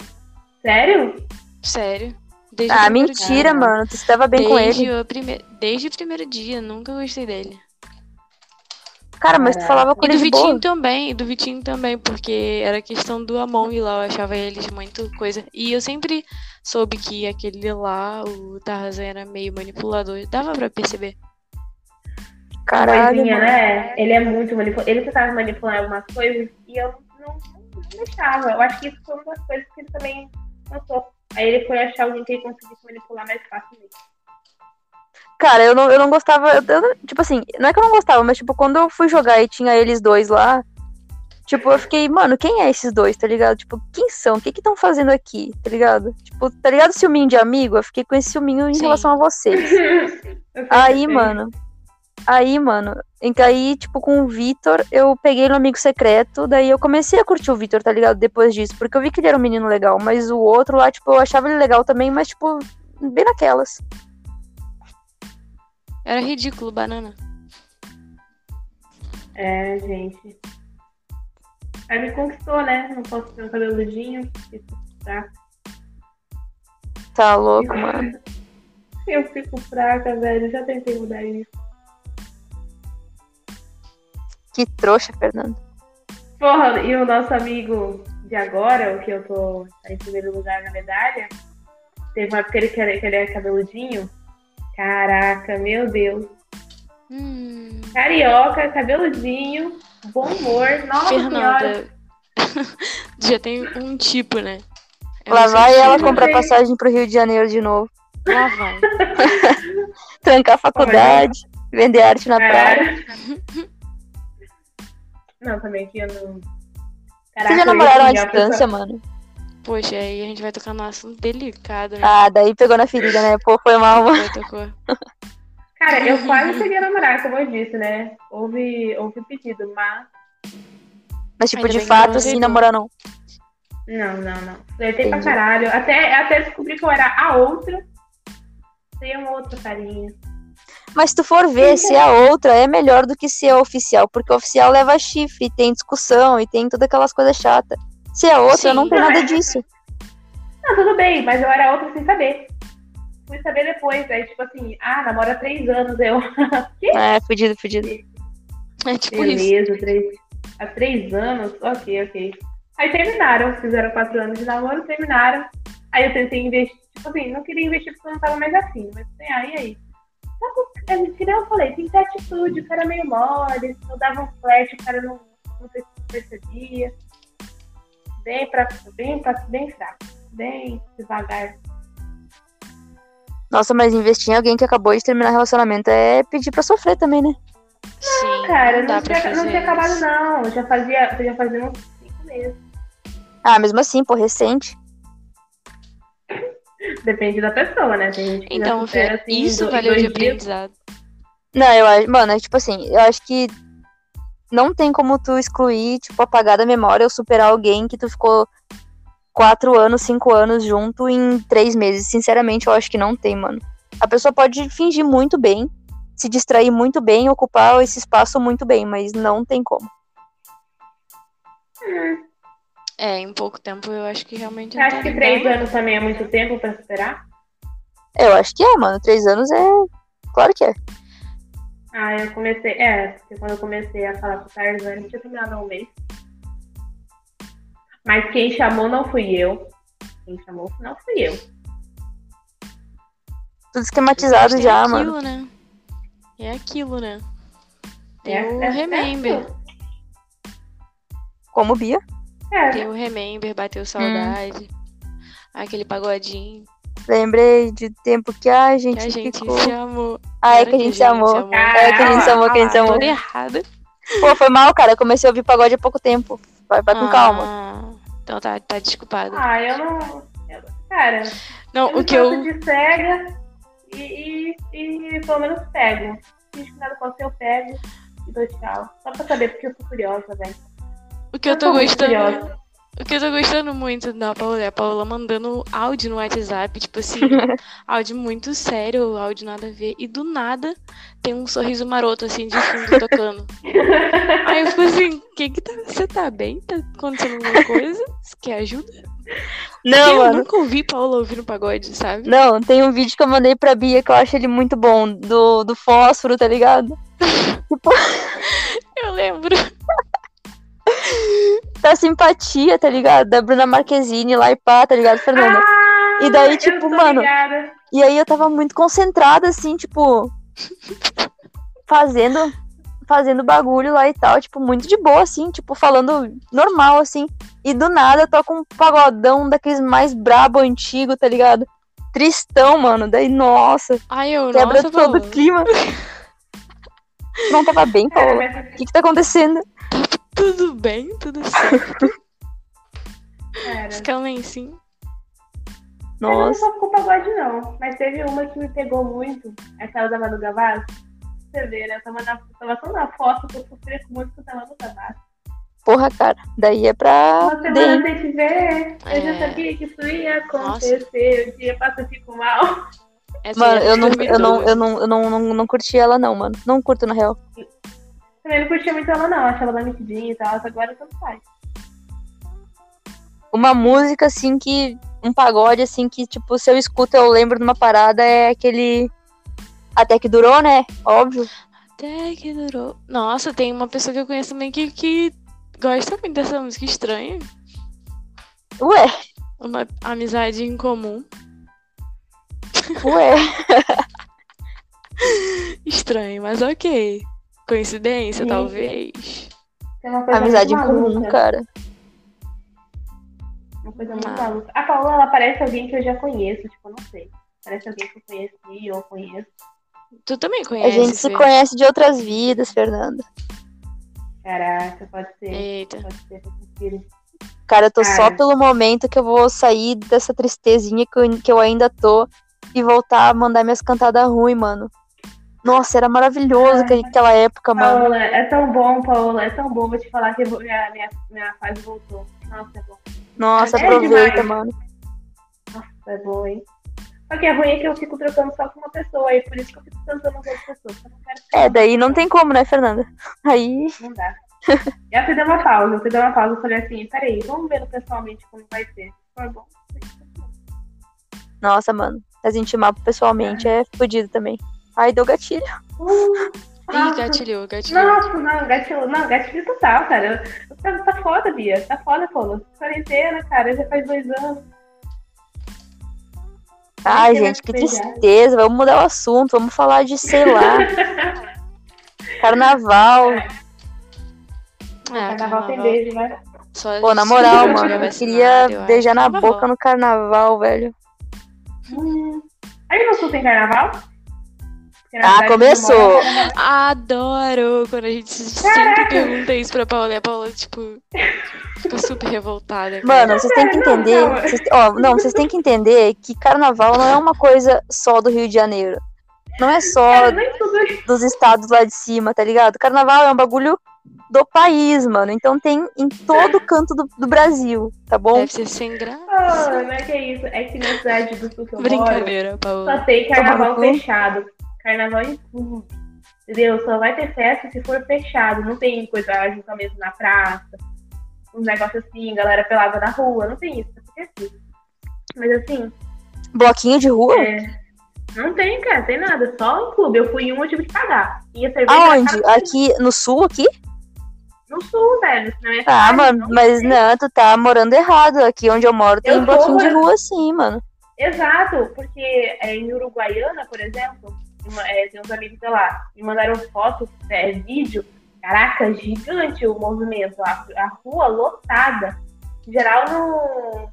C: Sério?
B: Sério. Desde o
A: Ah,
B: primeiro
A: mentira,
B: dia.
A: mano. Tu se dava bem com
B: desde
A: ele.
B: O prime... Desde o primeiro dia, nunca gostei dele.
A: Cara, mas tu
C: Caraca.
A: falava com
B: E
A: ele
B: do
A: de
B: Vitinho
A: boa.
B: também, e do Vitinho também, porque era questão do Amon e lá eu achava eles muito coisa. E eu sempre soube que aquele lá, o Tarzan era meio manipulador, dava pra perceber.
A: Caralho,
C: coisinha,
A: mano.
C: né? Ele é muito manipulador. Ele tentava manipular algumas coisas e eu não, não, não deixava. Eu acho que isso foi uma das coisas que ele também notou. Aí ele foi achar alguém que ele conseguisse manipular mais facilmente.
A: Cara, eu não, eu não gostava. eu- eu não- tipo assim, não é que eu não gostava, mas tipo, quando eu fui jogar e tinha eles dois lá, tipo, eu fiquei, mano, quem é esses dois, tá ligado? Tipo, quem são? O que que estão fazendo aqui, tá ligado? Tipo, tá ligado ciúminho de amigo? Eu fiquei com esse ciúminho em
B: Sim.
A: relação a vocês.
C: Eu
A: Aí,
C: sei.
A: mano. Aí, mano. Em que aí, tipo, com o Vitor, eu peguei no amigo secreto. Daí eu comecei a curtir o Vitor, tá ligado? Depois disso. Porque eu vi que ele era um menino legal. Mas o outro lá, tipo, eu achava ele legal também, mas, tipo, bem naquelas.
B: Era ridículo, banana.
C: É, gente. Aí me conquistou, né? Não posso ter um cabeludinho. Isso, tá.
A: Tá louco, mano.
C: Eu fico fraca, velho. Já tentei mudar isso.
A: Que trouxa, Fernando.
C: Porra, e o nosso amigo de agora, o que eu tô em primeiro lugar na medalha, teve uma época que ele, que ele- que ele era cabeludinho. Caraca, meu Deus.
B: Hum,
C: Carioca, cabeludinho, bom humor, nossa senhora.
B: Fernanda. <laughs> Já tem um tipo, né? É um
A: Lá vai ela
B: sentido.
A: comprar
C: Sim.
A: passagem pro Rio de Janeiro de novo.
B: Lá vai.
A: trancar a faculdade, vender arte na praia.
C: <laughs> Não, também que eu não.
A: Vocês já
C: eu ia
A: namoraram à
C: xingar a pessoa.
A: distância, mano?
B: Poxa, aí a gente vai tocar num assunto delicado, né?
A: Ah, daí pegou na ferida, né? Pô, foi mal, mano.
B: Vai, tocou.
C: Cara, eu quase cheguei a namorar, como eu disse, né? Houve, houve pedido, mas.
A: Mas, tipo,
B: Ainda
A: de
B: bem que não
A: fato, assim,
B: pegou.
A: namorar não.
C: Não, não, não. Flertei pra
A: Entendi.
C: caralho. Até, até descobri que eu era a outra. Tem uma outra carinha.
A: Mas se tu for ver se a outra é melhor do que se a oficial, porque a oficial leva chifre, tem discussão e tem todas aquelas coisas chatas. Se a outra
B: Sim.
A: não tem
B: <laughs>
A: nada disso.
C: Não, Ah, tudo bem, mas eu era a outra sem saber. Fui saber depois, aí tipo assim, ah, namora há três anos, eu.
A: É, fudido, fudido.
B: É tipo isso.
C: Beleza, três, há três anos? Ok, ok. Aí terminaram, fizeram quatro anos de namoro, terminaram. Aí eu tentei investir, tipo assim, não queria investir porque eu não tava mais afim, mas tem aí, aí. Só que, é, que nem eu falei, tem que ter atitude, o cara é meio mole, eu dava um flash, o cara não, não sei se percebia. Bem, pra, bem, pra, bem fraco, bem devagar.
A: Nossa, mas investir em alguém que acabou de terminar relacionamento é pedir pra sofrer também, né?
B: Sim,
C: Cara,
B: dá
C: não,
B: pra
C: tinha, não
B: fazer
C: tinha acabado,
B: isso.
C: não. Eu já fazia, eu já fazia uns cinco meses.
A: Ah, mesmo assim, pô, recente.
C: Depende da pessoa, né? Tem gente que já
B: Então,
C: supera,
B: Fê,
C: assim, em
B: isso
C: do- em
B: valeu de
C: dois dias.
B: aprendizado.
A: Não, eu acho, mano, é tipo assim, eu acho que não tem como tu excluir, tipo, apagar da memória ou superar alguém que tu ficou quatro anos, cinco anos junto em três meses. Sinceramente, eu acho que não tem, mano. A pessoa pode fingir muito bem, se distrair muito bem, ocupar esse espaço muito bem, mas não tem como.
B: É, em pouco tempo eu acho que realmente
C: Você
B: não
C: acha
B: tá
C: que
B: nem
C: três
B: dando.
C: anos também é muito tempo pra superar?
A: Eu acho que é, mano. Três anos é. Claro que é.
C: Ah, eu comecei. É, porque quando eu comecei a falar com o Tarzan, ele tinha terminado há um mês. Mas quem chamou não fui eu. Quem chamou não fui eu.
A: Tudo esquematizado
B: Mas
A: já,
B: é
A: mano.
B: aquilo, né? É aquilo, né? Tem
C: É,
B: o
C: é,
B: Remember.
A: Como Bia.
C: É,
B: Tem o Remember, bateu saudade. Aquele pagodinho.
A: Lembrei de tempo que a
B: Que
A: gente,
B: a gente
A: ficou.
B: se amou.
A: Ah, é
B: Era
A: que a gente se amou. É que a gente se
C: Ah,
A: amou, que a gente se amou.
B: Toda errada.
A: Pô, foi mal, cara. Eu comecei a ouvir pagode há pouco tempo. Vai, vai com calma.
B: Ah, Então tá, tá desculpado.
C: ah, eu não. eu- cara,
B: não,
C: eu
B: o
C: me
B: que eu.
C: faço de cega e, e, e pelo menos pego. Finge que nada aconteceu, eu pego e dou tchau. Só pra saber, porque eu tô curiosa, velho.
B: O que eu tô
C: muito
B: gostando.
C: curiosa.
B: O que eu tô gostando muito da Paula é a Paula mandando áudio no WhatsApp, tipo assim, áudio muito sério, áudio nada a ver, e do nada tem um sorriso maroto assim de fundo tocando. Aí eu fico assim, que que tá, você tá bem? Tá acontecendo alguma coisa? Você quer ajuda?
A: Não,
B: eu
A: mano.
B: nunca ouvi Paula ouvindo pagode, sabe?
A: Não, tem um vídeo que eu mandei pra Bia que eu acho ele muito bom. Do, do fósforo, tá ligado?
B: Eu lembro.
A: Da simpatia, tá ligado? Da Bruna Marquezine lá e pá, tá ligado, Fernanda? E daí,
C: Ah, eu
A: tipo,
C: tô
A: mano,
C: ligada.
A: E aí eu tava muito concentrada, assim, tipo. Fazendo. Fazendo bagulho lá e tal, tipo, muito de boa, assim, tipo, falando normal, assim. E do nada toca um pagodão daqueles mais brabo antigo, tá ligado? Tristão, mano. Daí, nossa,
B: Aí eu,
A: quebra
B: nossa,
A: todo
B: Paula,
A: o clima. <laughs> Não tava bem,
C: Cara,
A: Paola.
C: mas
A: O que que tá acontecendo?
B: tudo bem, tudo certo,
C: Cara,
B: fica um lencinho.
C: eu não é
A: Nossa.
C: sou com pagode, não. Mas teve uma que me pegou muito, aquela da Manu Gavassi. Você vê, né? Eu tava, na, eu tava tão na foto que eu sofri com muito com a Manu Gavassi.
A: Porra, cara. Daí é pra.
C: Uma
A: DM.
C: semana sem te ver, eu já
B: É.
C: sabia que isso ia
B: Nossa.
C: acontecer. O dia passa, eu fico mal.
B: Essa é
A: Mano,
B: já
A: eu não, eu, não,
B: dormitou.
A: eu, não, eu não, não, não curti ela, não, mano. Não curto, na real.
C: Também não curtia muito ela, não. Achava ela metidinha e tal. mas Agora tanto faz.
A: uma música assim que. Um pagode assim que, tipo, se eu escuto, eu lembro de uma parada, é aquele. Até que durou, né? Óbvio.
B: Até que durou. Nossa, tem uma pessoa que eu conheço também que, que gosta muito dessa música estranha.
A: Ué,
B: Uma amizade em comum.
A: ué.
B: Estranho, mas ok. Coincidência,
C: Sim.
B: talvez.
C: Tem uma coisa
A: Amizade
C: muito
A: comum,
C: maluca.
A: cara.
C: Uma coisa muito
B: Ah.
C: maluca. A Paola, ela parece alguém que eu já conheço. Tipo, eu não sei. Parece alguém que eu conheci ou conheço.
B: Tu também
A: A
B: conhece.
A: gente se
B: Fê?
A: conhece de outras vidas, Fernanda.
C: Caraca, pode ser.
B: Eita.
C: Pode ser, faz sentido.
A: Cara, eu tô só
C: Cara.
A: pelo momento que eu vou sair dessa tristezinha que eu, que eu ainda tô e voltar a mandar minhas cantadas ruins, mano. Nossa, era maravilhoso
C: É.
A: que- aquela época, mano.
C: Paola, é tão bom, Paola, é tão bom. Vou te falar que eu vou- minha, minha, minha fase voltou. Nossa, é bom.
A: Nossa,
C: É
A: aproveita,
C: demais.
A: mano.
C: É bom, hein? Só que é ruim é que eu fico trocando só com uma pessoa, aí por isso que eu fico transando com outras pessoas. Eu não quero
A: É, daí não tem como, né, Fernanda? Aí.
C: Não dá. Eu fui dar uma pausa, eu fui dar uma pausa. Eu falei assim, peraí, vamos ver pessoalmente como vai ser. Foi bom.
A: Nossa, mano. A gente mapa pessoalmente é fodido também. Ai, deu gatilho.
C: Uh,
A: Ah.
B: Ih,
C: nossa,
B: gatilhou, gatilhou.
C: nossa, não, gatilho, não, gatilho total, cara. Eu- Tá, tá foda, Bia. Tá foda, Paulo. Quarentena, cara, já faz dois anos.
A: Ai,
C: Ai, que
A: gente, que
C: gatilhada.
A: tristeza. Vamos mudar o assunto. Vamos falar de, sei lá,
C: <laughs>
A: carnaval.
B: Ah,
C: Carnaval tem beijo, né?
B: Só
A: Pô, na
B: se
A: moral,
B: não tiver
A: mano, eu
B: vacinado,
A: queria
B: eu acho.
A: beijar na
B: Carnaval.
A: boca no carnaval, velho.
C: Hum. Aí no sul tem carnaval? Porque na
A: Ah,
C: cidade
A: começou.
C: onde eu moro, carnaval-
B: Adoro quando a gente sempre pergunta isso pra Paula. E a Paula,
A: <laughs>
B: tipo, fica super revoltada. né?
A: Mano, vocês têm que entender.
C: não.
A: vocês te- ó, não, vocês têm que entender que carnaval não é uma coisa só do Rio de Janeiro. Não é só
C: Cara, nem tudo
A: dos estados lá de cima, tá ligado? Carnaval é um bagulho do país, mano. Então tem em todo
C: É.
A: canto do, do Brasil, tá bom?
B: Deve ser sem graça.
C: Ah, não é que é isso. É que na cidade do sul que eu moro,
B: Brincadeira, Paula.
C: Só tem carnaval
A: Tomar no cu.
C: fechado. Carnaval em clube. Entendeu? Só vai ter festa se for fechado. Não tem coisa, ajuntamento na praça, uns negócios assim, galera pelada na rua. Não tem isso. Porque assim. Mas assim,
A: Bloquinho de rua?
C: é, não tem, cara, tem nada. Só um clube. Eu fui em um, eu tive que pagar. E a cerveja
A: Aonde?
C: era cara
A: Aqui no sul, aqui?
C: No sul, velho. Na minha
A: Ah,
C: cidade,
A: mano,
C: não
A: mas
C: tem.
A: não, tu tá morando errado. Aqui onde eu moro tem um
C: Eu tô,
A: bloquinho de
C: mano.
A: rua sim, mano.
C: Exato, porque é, em Uruguaiana, por exemplo, uma- é, tem uns amigos de lá, me mandaram foto, é, vídeo, caraca, gigante o movimento, a, a rua lotada. Em geral no,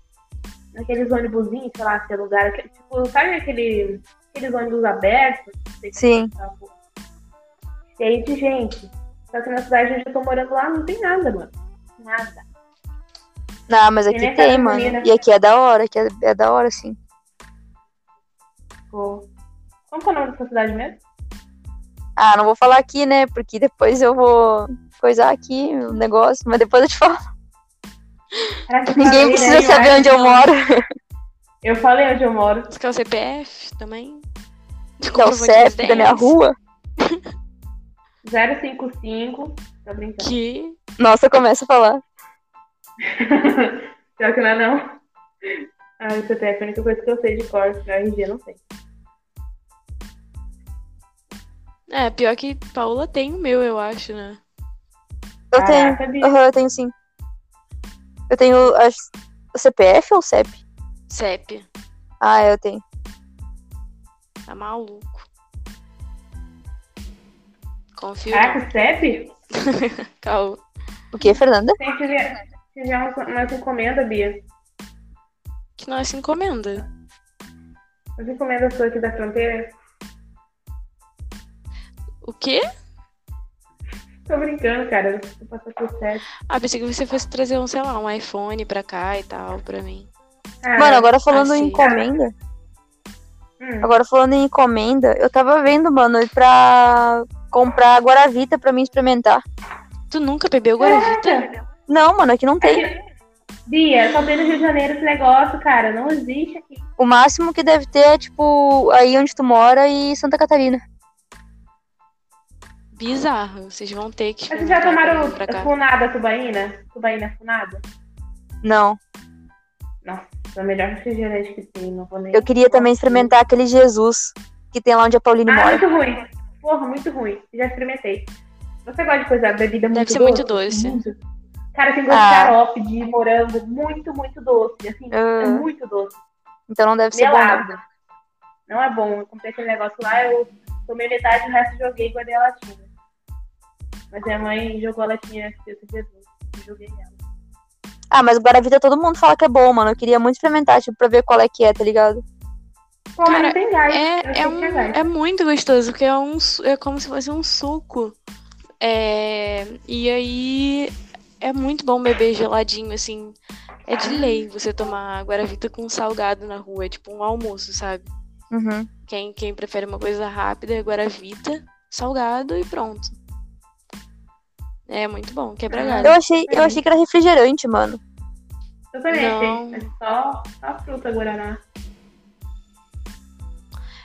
C: naqueles ônibusinhos, sei lá, aquele lugar, aquele- tipo, sabe aquele, aqueles ônibus abertos? Não sei se
A: Sim.
C: tá bom. Cheio de gente. Só que na cidade onde eu tô morando lá não tem nada, mano. Nada.
A: Não, mas aqui
C: nem
A: tem,
C: casa né?
A: mano.
C: unida.
A: E aqui é da hora, aqui é, é da hora, sim.
C: Pô. Como que é o nome dessa cidade mesmo?
A: Ah, não vou falar aqui, né? Porque depois eu vou coisar aqui o negócio, mas depois eu te falo.
C: Caraca, eu falei,
A: Ninguém
C: né,
A: precisa
C: eu
A: saber
C: acho
A: onde eu
C: que-
A: moro.
C: Eu falei onde eu moro.
B: Você quer é o CPF também?
A: Que é o CEP da minha rua.
C: 055. Tô brincando. <laughs>
B: Que.
A: Nossa, começa a falar.
C: Pior que não é não. Ah, o CPF é a única coisa que eu sei de cor. né? O RG eu não sei.
B: É, pior que Paula tem o meu, eu acho, né?
A: Eu tenho.
C: Caraca, bicho.
A: Aham, eu tenho sim. Eu tenho acho, o CPF ou o CEP?
B: CEP.
A: Ah, eu tenho.
B: Tá maluco. Confio.
C: Caraca, o CEP?
B: não. Calma.
A: O que, Fernanda?
C: Tem que ver. Se tiver uma, umas encomenda, Bia.
B: Que nossa encomenda.
C: Umas encomendas suas aqui da fronteira.
B: O quê?
C: Tô brincando, cara. Vou passar por CEP.
B: Ah, pensei que você fosse trazer um, sei lá, um iPhone pra cá e tal, pra mim.
C: Ah,
A: Mano, agora falando
B: assim.
A: em encomenda.
C: hum.
A: Agora falando em encomenda, eu tava vendo, mano, pra comprar Guaravita pra mim experimentar.
B: Tu nunca bebeu Guaravita?
A: Não, mano, aqui não tem.
C: Bia, só tem no Rio de Janeiro esse negócio, cara. Não existe aqui.
A: O máximo que deve ter é, tipo, aí onde tu mora e Santa Catarina.
B: Bizarro. Vocês vão ter que.
C: Mas vocês já tomaram
B: pra cá.
C: funada tubaína? Tubaína funada?
A: Não.
C: É o melhor refrigerante que tem, não vou nem.
A: Eu queria também experimentar aquele Jesus que tem lá onde a Pauline
C: Ah,
A: mora.
C: muito ruim. Porra, muito ruim. Já experimentei. Você gosta de coisa, bebida muito
B: ser
C: doce?
B: muito doce.
C: Muito. Cara, tem gosto
A: Ah.
C: de xarope, de morango, muito, muito doce. Assim,
A: Ah.
C: é muito doce.
A: Então não deve ser bom. não.
C: Melado. Não é bom. Eu comprei aquele negócio lá, eu tomei metade, o resto joguei e guardei a latinha. Mas minha mãe jogou a latinha, esqueci Jesus. Eu Joguei ela.
A: Ah, mas o Guaravita todo mundo fala que é bom, mano. Eu queria muito experimentar, tipo, pra ver qual é que é, tá ligado?
C: Pô, mas não tem gás. Eu
B: É,
C: sei
B: é,
C: que
B: um,
C: gás.
B: é muito gostoso, porque é, um, su- é como se fosse um suco. É, e aí é muito bom beber geladinho, assim. É de lei você tomar guaravita com salgado na rua, é tipo um almoço, sabe?
A: Uhum.
B: Quem, quem prefere uma coisa rápida é guaravita, salgado e pronto. É muito bom, quebra
A: Eu
B: galho.
A: achei, eu achei que era refrigerante, mano.
C: Eu também
B: Não.
C: achei. Mas só, só fruta guaraná.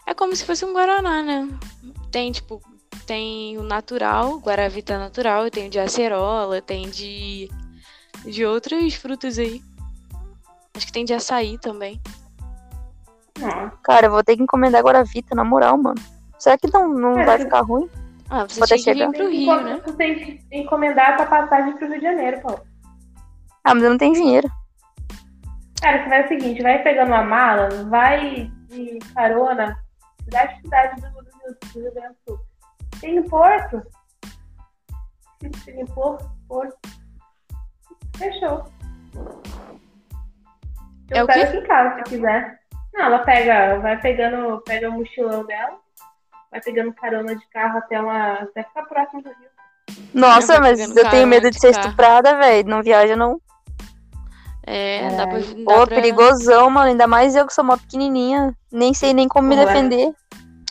B: É como se fosse um guaraná, né? Tem tipo, tem o natural, guaravita natural, tem o de acerola, tem de de outras frutas aí. Acho que tem de açaí também.
C: Nossa.
A: Cara, eu vou ter que encomendar Guaravita, na moral, mano. Será que não, não
C: É,
A: vai
C: tu-
A: ficar ruim?
B: Ah, você
A: Vou ter
B: tinha que
A: que chegar.
B: vir pro Rio, né?
C: Tu tem que encomendar essa passagem pro Rio de Janeiro, pô.
A: Ah, mas eu não tenho dinheiro.
C: Cara, você faz o seguinte, vai pegando uma mala, vai de carona, cidade cidade do, do, Rio- do Rio Grande do Sul. Tem em Porto? Tem em Porto, Porto. Fechou.
B: É
C: Eu
B: o
C: pego
B: quê?
C: aqui em casa, se quiser. Não, ela pega, vai pegando, pega o mochilão dela, vai pegando carona de carro até uma. até ficar próximo do rio.
A: Nossa,
B: vou
A: mas
B: pegar no
A: eu
B: carro,
A: tenho medo
B: vou
A: de ser
B: ficar.
A: estuprada, velho. Não viaja, não.
B: É, dá pra dá
A: Ô,
B: pra-
A: perigosão, mano. Ainda mais eu que sou uma pequenininha. Nem sei nem como me
C: Ué.
A: defender.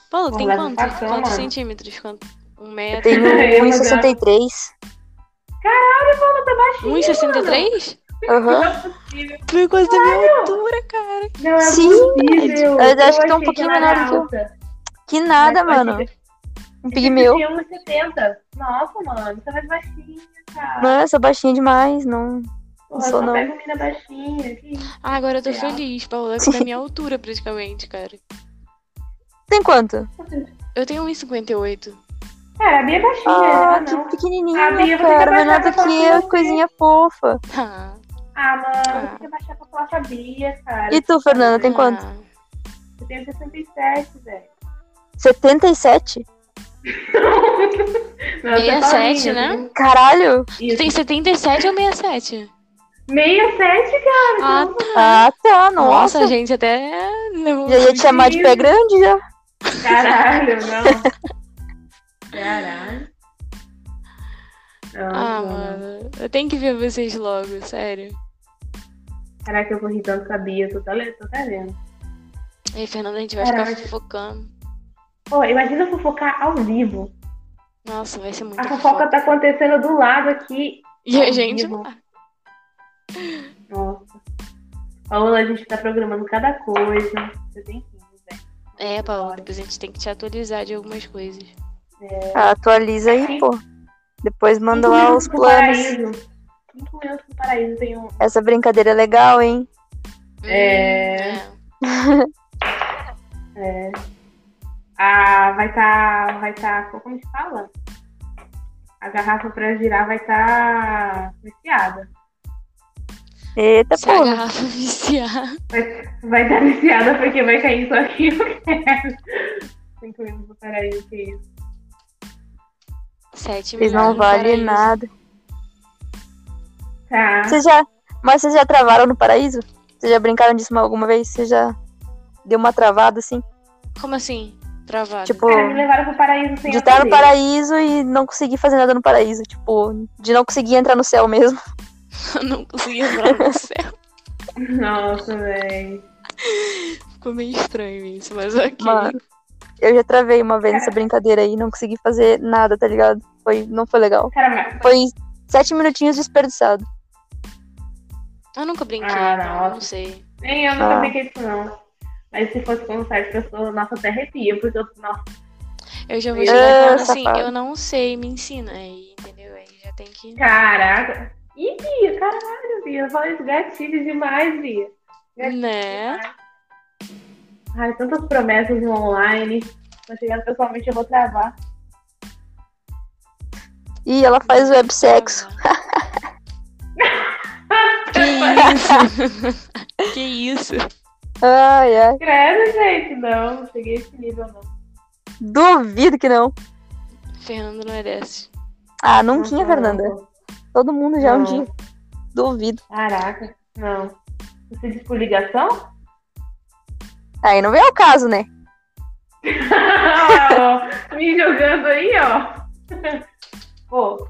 B: Paulo,
C: Vamos
B: tem
C: lá,
B: quantos?
C: tá,
B: quantos
C: mano.
B: centímetros? Quanto? Um
A: Eu
B: metro?
A: tenho
C: Eu
A: 1,63.
C: Caralho, mano, tá baixinho.
B: 1,63?
A: Aham.
C: Não é possível.
B: Foi quase da minha altura, cara.
C: Não é
A: Sim,
C: possível.
A: verdade. Eu acho que tá um
C: achei
A: pouquinho
C: ela era
A: menor que eu.
C: alta.
A: Que nada, mano. Um pigmeu.
C: Tem 1,70. Nossa, mano, você é mais baixinha, cara.
A: Não, eu Né? sou baixinha demais. Não.
C: Porra,
A: sou
C: só
A: não.
C: pega mina baixinha. que isso.
B: Ah, agora eu tô
C: Real.
B: feliz, Paulo. É da
A: <laughs>
B: minha altura, praticamente, cara.
A: Tem quanto?
B: Eu tenho 1,58.
C: Cara, a Bia é baixinha,
A: Ah,
C: ela não.
A: que pequenininha,
C: Ah, Bia, vou ter que
A: cara. Menor
C: abaixar
A: do
C: pra falar
A: que
C: com
A: eu,
C: você.
A: coisinha fofa.
B: <laughs> Ah,
C: Ah, mano,
B: Ah.
C: tem que baixar pra falar com a Bia, cara.
A: E tu, Fernanda, tem
B: ah.
A: quanto?
C: Eu tenho 67,
B: <laughs>
C: velho.
A: 77?
C: Não, você
B: 67,
C: é sozinha,
B: né?
C: né?
A: Caralho!
B: Tu
C: Isso.
B: tem 77 ou 67?
C: 67, cara. então.
B: Ah,
A: Ah, tá.
B: nossa,
A: Nossa.
B: gente, até. levou-
A: Já ia te chamar de pé grande já.
C: Caralho, não.
B: <laughs>
C: Caralho. Não,
B: Ah,
C: não.
B: mano. Eu tenho que ver vocês logo, sério.
C: Caraca, eu vou rir tanto com a Bia, tô até le- tô até vendo.
B: E aí, Fernanda, a gente vai
C: Caraca.
B: ficar fofocando.
C: Pô, imagina fofocar ao vivo.
B: Nossa, vai ser muito
C: A fofoca tá acontecendo do lado aqui.
A: tá
B: E a
C: ao
B: gente.
C: vivo. Nossa. Paola, a gente tá programando cada coisa. Você tem que ir, velho.
B: É, Paulo, depois a gente tem que te atualizar de algumas coisas.
A: Ah, atualiza aí, pô. Depois manda lá os
C: Cinco
A: planos.
C: minutos pro paraíso. Cinco minutos pro paraíso tem um.
A: Essa brincadeira é legal, hein?
C: É.
B: Hum,
C: É. Ah, vai tá. Vai tá. Como se fala? A garrafa pra girar vai tá viciada.
A: Eita,
B: Se a
A: pô.
B: garrafa <laughs> viciar.
C: Vai, vai tá <laughs> viciada porque vai cair isso aqui. eu quero. Cinco minutos pro paraíso, que isso.
B: 7
A: Vocês
B: milhões.
A: não
B: no
A: vale
B: paraíso.
A: nada.
C: Tá.
A: Vocês já. Mas vocês já travaram no paraíso? Vocês já brincaram disso alguma vez? Vocês já deu uma travada assim?
B: Como assim? Travado.
A: Tipo,
C: Cara, me levaram pro paraíso sem
A: de
C: eu
A: estar no
C: saber.
A: paraíso e não conseguir fazer nada no paraíso. Tipo, de não conseguir entrar no céu mesmo.
B: <laughs> Eu não consegui entrar no céu.
C: Nossa, velho.
B: Ficou meio estranho isso, mas ok.
A: Mano. Eu já travei uma vez nessa brincadeira aí, não consegui fazer nada, tá ligado? Foi, não foi legal.
C: Cara, mas...
A: Foi sete minutinhos desperdiçado.
B: Eu nunca brinquei,
C: Ah,
B: então, não
C: nossa.
B: sei.
C: nem eu nunca
A: Ah.
C: brinquei disso, não. Mas se fosse com sete pessoas, nossa, até arrepia, porque eu. Nossa,
B: Eu já vou
C: Ah,
B: chegar e falar assim,
A: É, safado.
B: eu não sei, me ensina. Aí, entendeu? Aí já tem que.
C: caraca. Ih, Bia, caralho, Bia. Fala isso, gatilho demais, Bia. Gatilho
B: Né?
C: demais. Ai, tantas promessas no online. Mas chegando pessoalmente, eu vou
A: <laughs>
C: travar.
A: E ela faz web sexo.
B: Que isso? <laughs> que isso?
A: Ai, ai.
C: Credo, gente, não. Não cheguei a esse nível, não.
A: Duvido que não.
B: Fernando não é desse.
A: Ah, nunca,
C: Nossa,
A: Fernanda.
C: não.
A: Todo mundo já um
C: Uhum. Não.
A: dia. Duvido.
C: Caraca, não. Você diz por ligação?
A: Aí não vem ao caso, né?
C: Ó, Me jogando aí, ó. <laughs> Pô,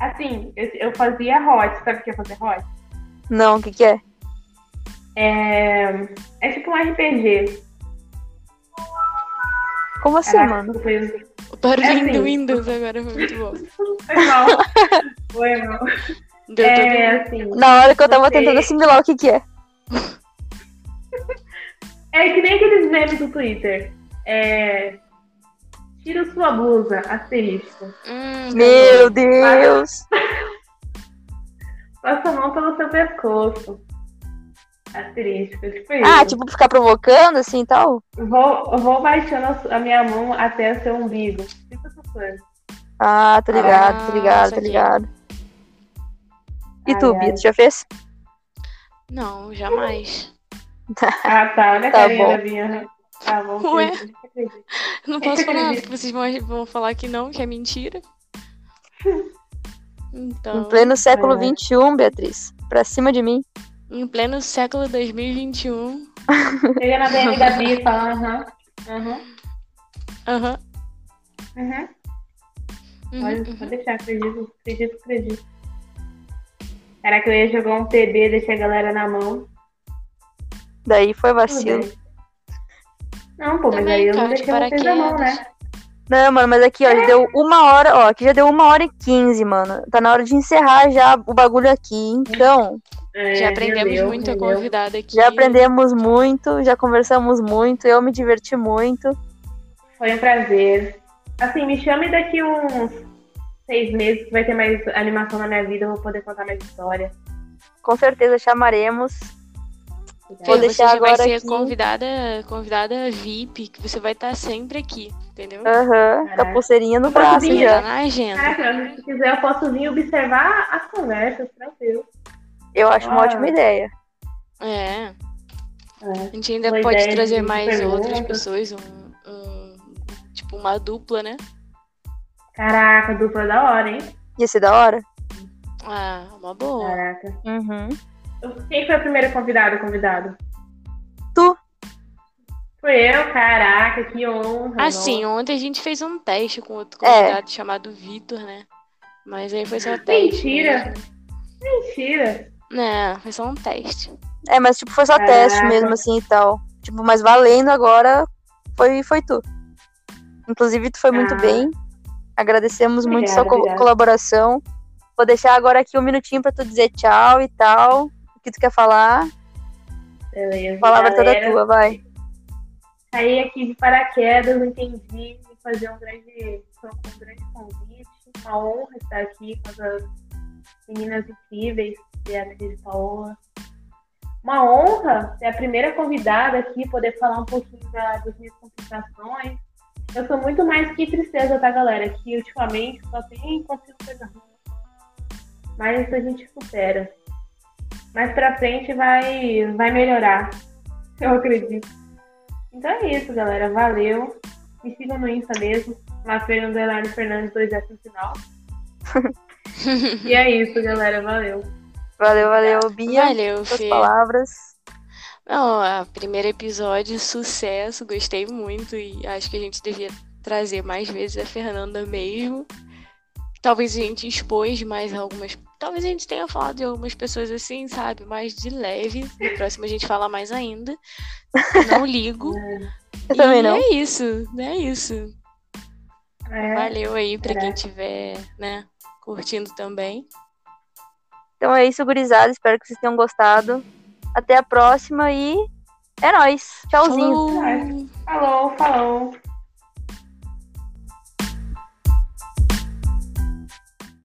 C: assim, eu, eu fazia hot. Sabe o que é fazer hot?
A: Não, o que que é?
C: É, é tipo um RPG.
A: Como assim,
C: Caraca,
A: mano?
C: foi um-
B: O barulhinho
C: É
B: do
C: assim.
B: Windows agora foi muito bom.
C: Foi
A: <laughs>
C: mal. Foi mal.
B: Deu
C: é, assim,
A: Na hora que eu tava
C: Você-
A: tentando assimilar o que que é.
C: é que nem aqueles memes do Twitter. É, tira sua blusa, asterisco.
B: todo... Hum,
A: Meu Deus!
C: Passa a mão pelo seu pescoço. Asterisco. Tipo isso.
A: Ah, tipo, ficar provocando assim e tal?
C: Vou, vou baixando a su- a minha mão até o seu umbigo. Tipo essas coisas.
A: Ah, tô ligado, tô ligado, tô
B: saquei.
A: ligado. E
C: Ai,
A: tu,
C: ai.
A: Bia, tu já fez?
B: Não, jamais.
C: Ah, tá. Olha
A: Tá
C: a carinha
A: bom.
C: da minha. Tá bom.
B: Ué?
C: Cris, acredito.
B: Não posso falar, porque vocês vão, vão falar que não, que é mentira. Então,
A: Em pleno século
C: ai.
A: XXI, Beatriz. Pra cima de mim.
B: em pleno século 2021,
C: Chega na DM da Bia e fala, aham. Aham.
B: aham,
C: Aham.
B: uhum,
C: Pode,
B: uhum.
C: pode deixar, acredito, acredito, acredito. Caraca, eu ia jogar um TB, deixar a galera na mão.
A: Daí foi vacilo.
C: Tudo bem. Não, pô, mas
B: Também,
C: aí eu não
B: cara, de
C: deixei vocês na mão,
B: paraquedas.
C: né?
A: Não, mano, mas aqui, ó, já deu uma hora, ó, aqui já deu uma hora e quinze, mano. Tá na hora de encerrar já o bagulho aqui. Então,
C: É,
B: Já aprendemos
C: meu Deus,
B: muito a
C: meu Deus.
B: convidada aqui.
A: já aprendemos muito, já conversamos muito, eu me diverti muito.
C: Foi um prazer. Assim, me chame daqui uns seis meses que vai ter mais animação na minha vida, eu vou poder contar mais história.
A: Com certeza chamaremos.
B: Fê,
A: Vou deixar
B: É, você já vai
A: agora
B: ser
A: aqui.
B: convidada, convidada VIP, que você vai estar sempre aqui, entendeu?
A: Aham, com
C: Caraca.
A: a pulseirinha no
C: Mas,
A: braço Ah,
C: Bia,
A: já.
B: Tá na agenda.
C: Caraca, se quiser eu posso vir observar as conversas, tranquilo.
A: Eu acho uma
C: Ah.
A: ótima ideia.
B: É. A gente ainda
C: Boa
B: pode
C: ideia,
B: trazer
C: gente,
B: mais
C: pergunta.
B: outras pessoas, um, um- tipo uma dupla, né?
C: Caraca, dupla da hora, hein?
A: Ia ser da hora?
B: Ah, uma boa.
C: Caraca.
A: Uhum.
C: Quem foi o primeiro convidado, convidado?
A: Tu.
C: Foi eu, caraca, que honra.
B: Assim, ontem a gente fez um teste com outro
A: É.
B: convidado chamado Vitor, né? Mas aí foi só teste.
C: Mentira.
B: mesmo.
C: nossa. Mentira.
B: Não, foi só um teste.
A: É, mas tipo, foi só
C: Caraca.
A: teste mesmo, assim e tal. Tipo, mas valendo agora foi, foi tu. Inclusive, tu foi muito
C: Ah.
A: bem. Agradecemos muito sua
C: Obrigada,
A: co-
C: obrigada.
A: colaboração. Vou deixar agora aqui um minutinho pra tu dizer tchau e tal. O que tu quer falar?
C: Beleza.
A: A palavra é toda
C: galera.
A: tua, vai.
C: Saí aqui de paraquedas, entendi, e fazer um grande, um grande convite. Uma honra estar aqui com as meninas incríveis, Beatriz e Paola. Uma honra ser a primeira convidada aqui, poder falar um pouquinho da- das minhas complicações. Eu sou muito mais que tristeza, tá, galera? Que ultimamente só tem consigo coisa ruim. Mas a gente supera. Mais pra frente vai, vai melhorar. Eu acredito. Então é isso, galera. Valeu. Me sigam no Insta mesmo. Lá Fernando Elário Fernandes 2S no final. e é isso, galera. Valeu.
A: Valeu, valeu, Bia.
B: Valeu,
A: Suas
B: Fê.
A: palavras.
B: Não, a primeiro episódio, sucesso, gostei muito e acho que a gente devia trazer mais vezes a Fernanda mesmo. Talvez a gente expôs mais algumas. Talvez a gente tenha falado de algumas pessoas assim, sabe? Mais de leve. No próximo a gente fala mais ainda. Não ligo.
A: Eu também
B: E
A: não.
B: É isso, é isso.
C: É.
B: Valeu aí pra quem
C: Caraca.
B: tiver, né, curtindo também.
A: Então é isso, gurizada. Espero que vocês tenham gostado. Até a próxima e é nóis. Tchauzinho.
B: Falou!
C: Falou, falou.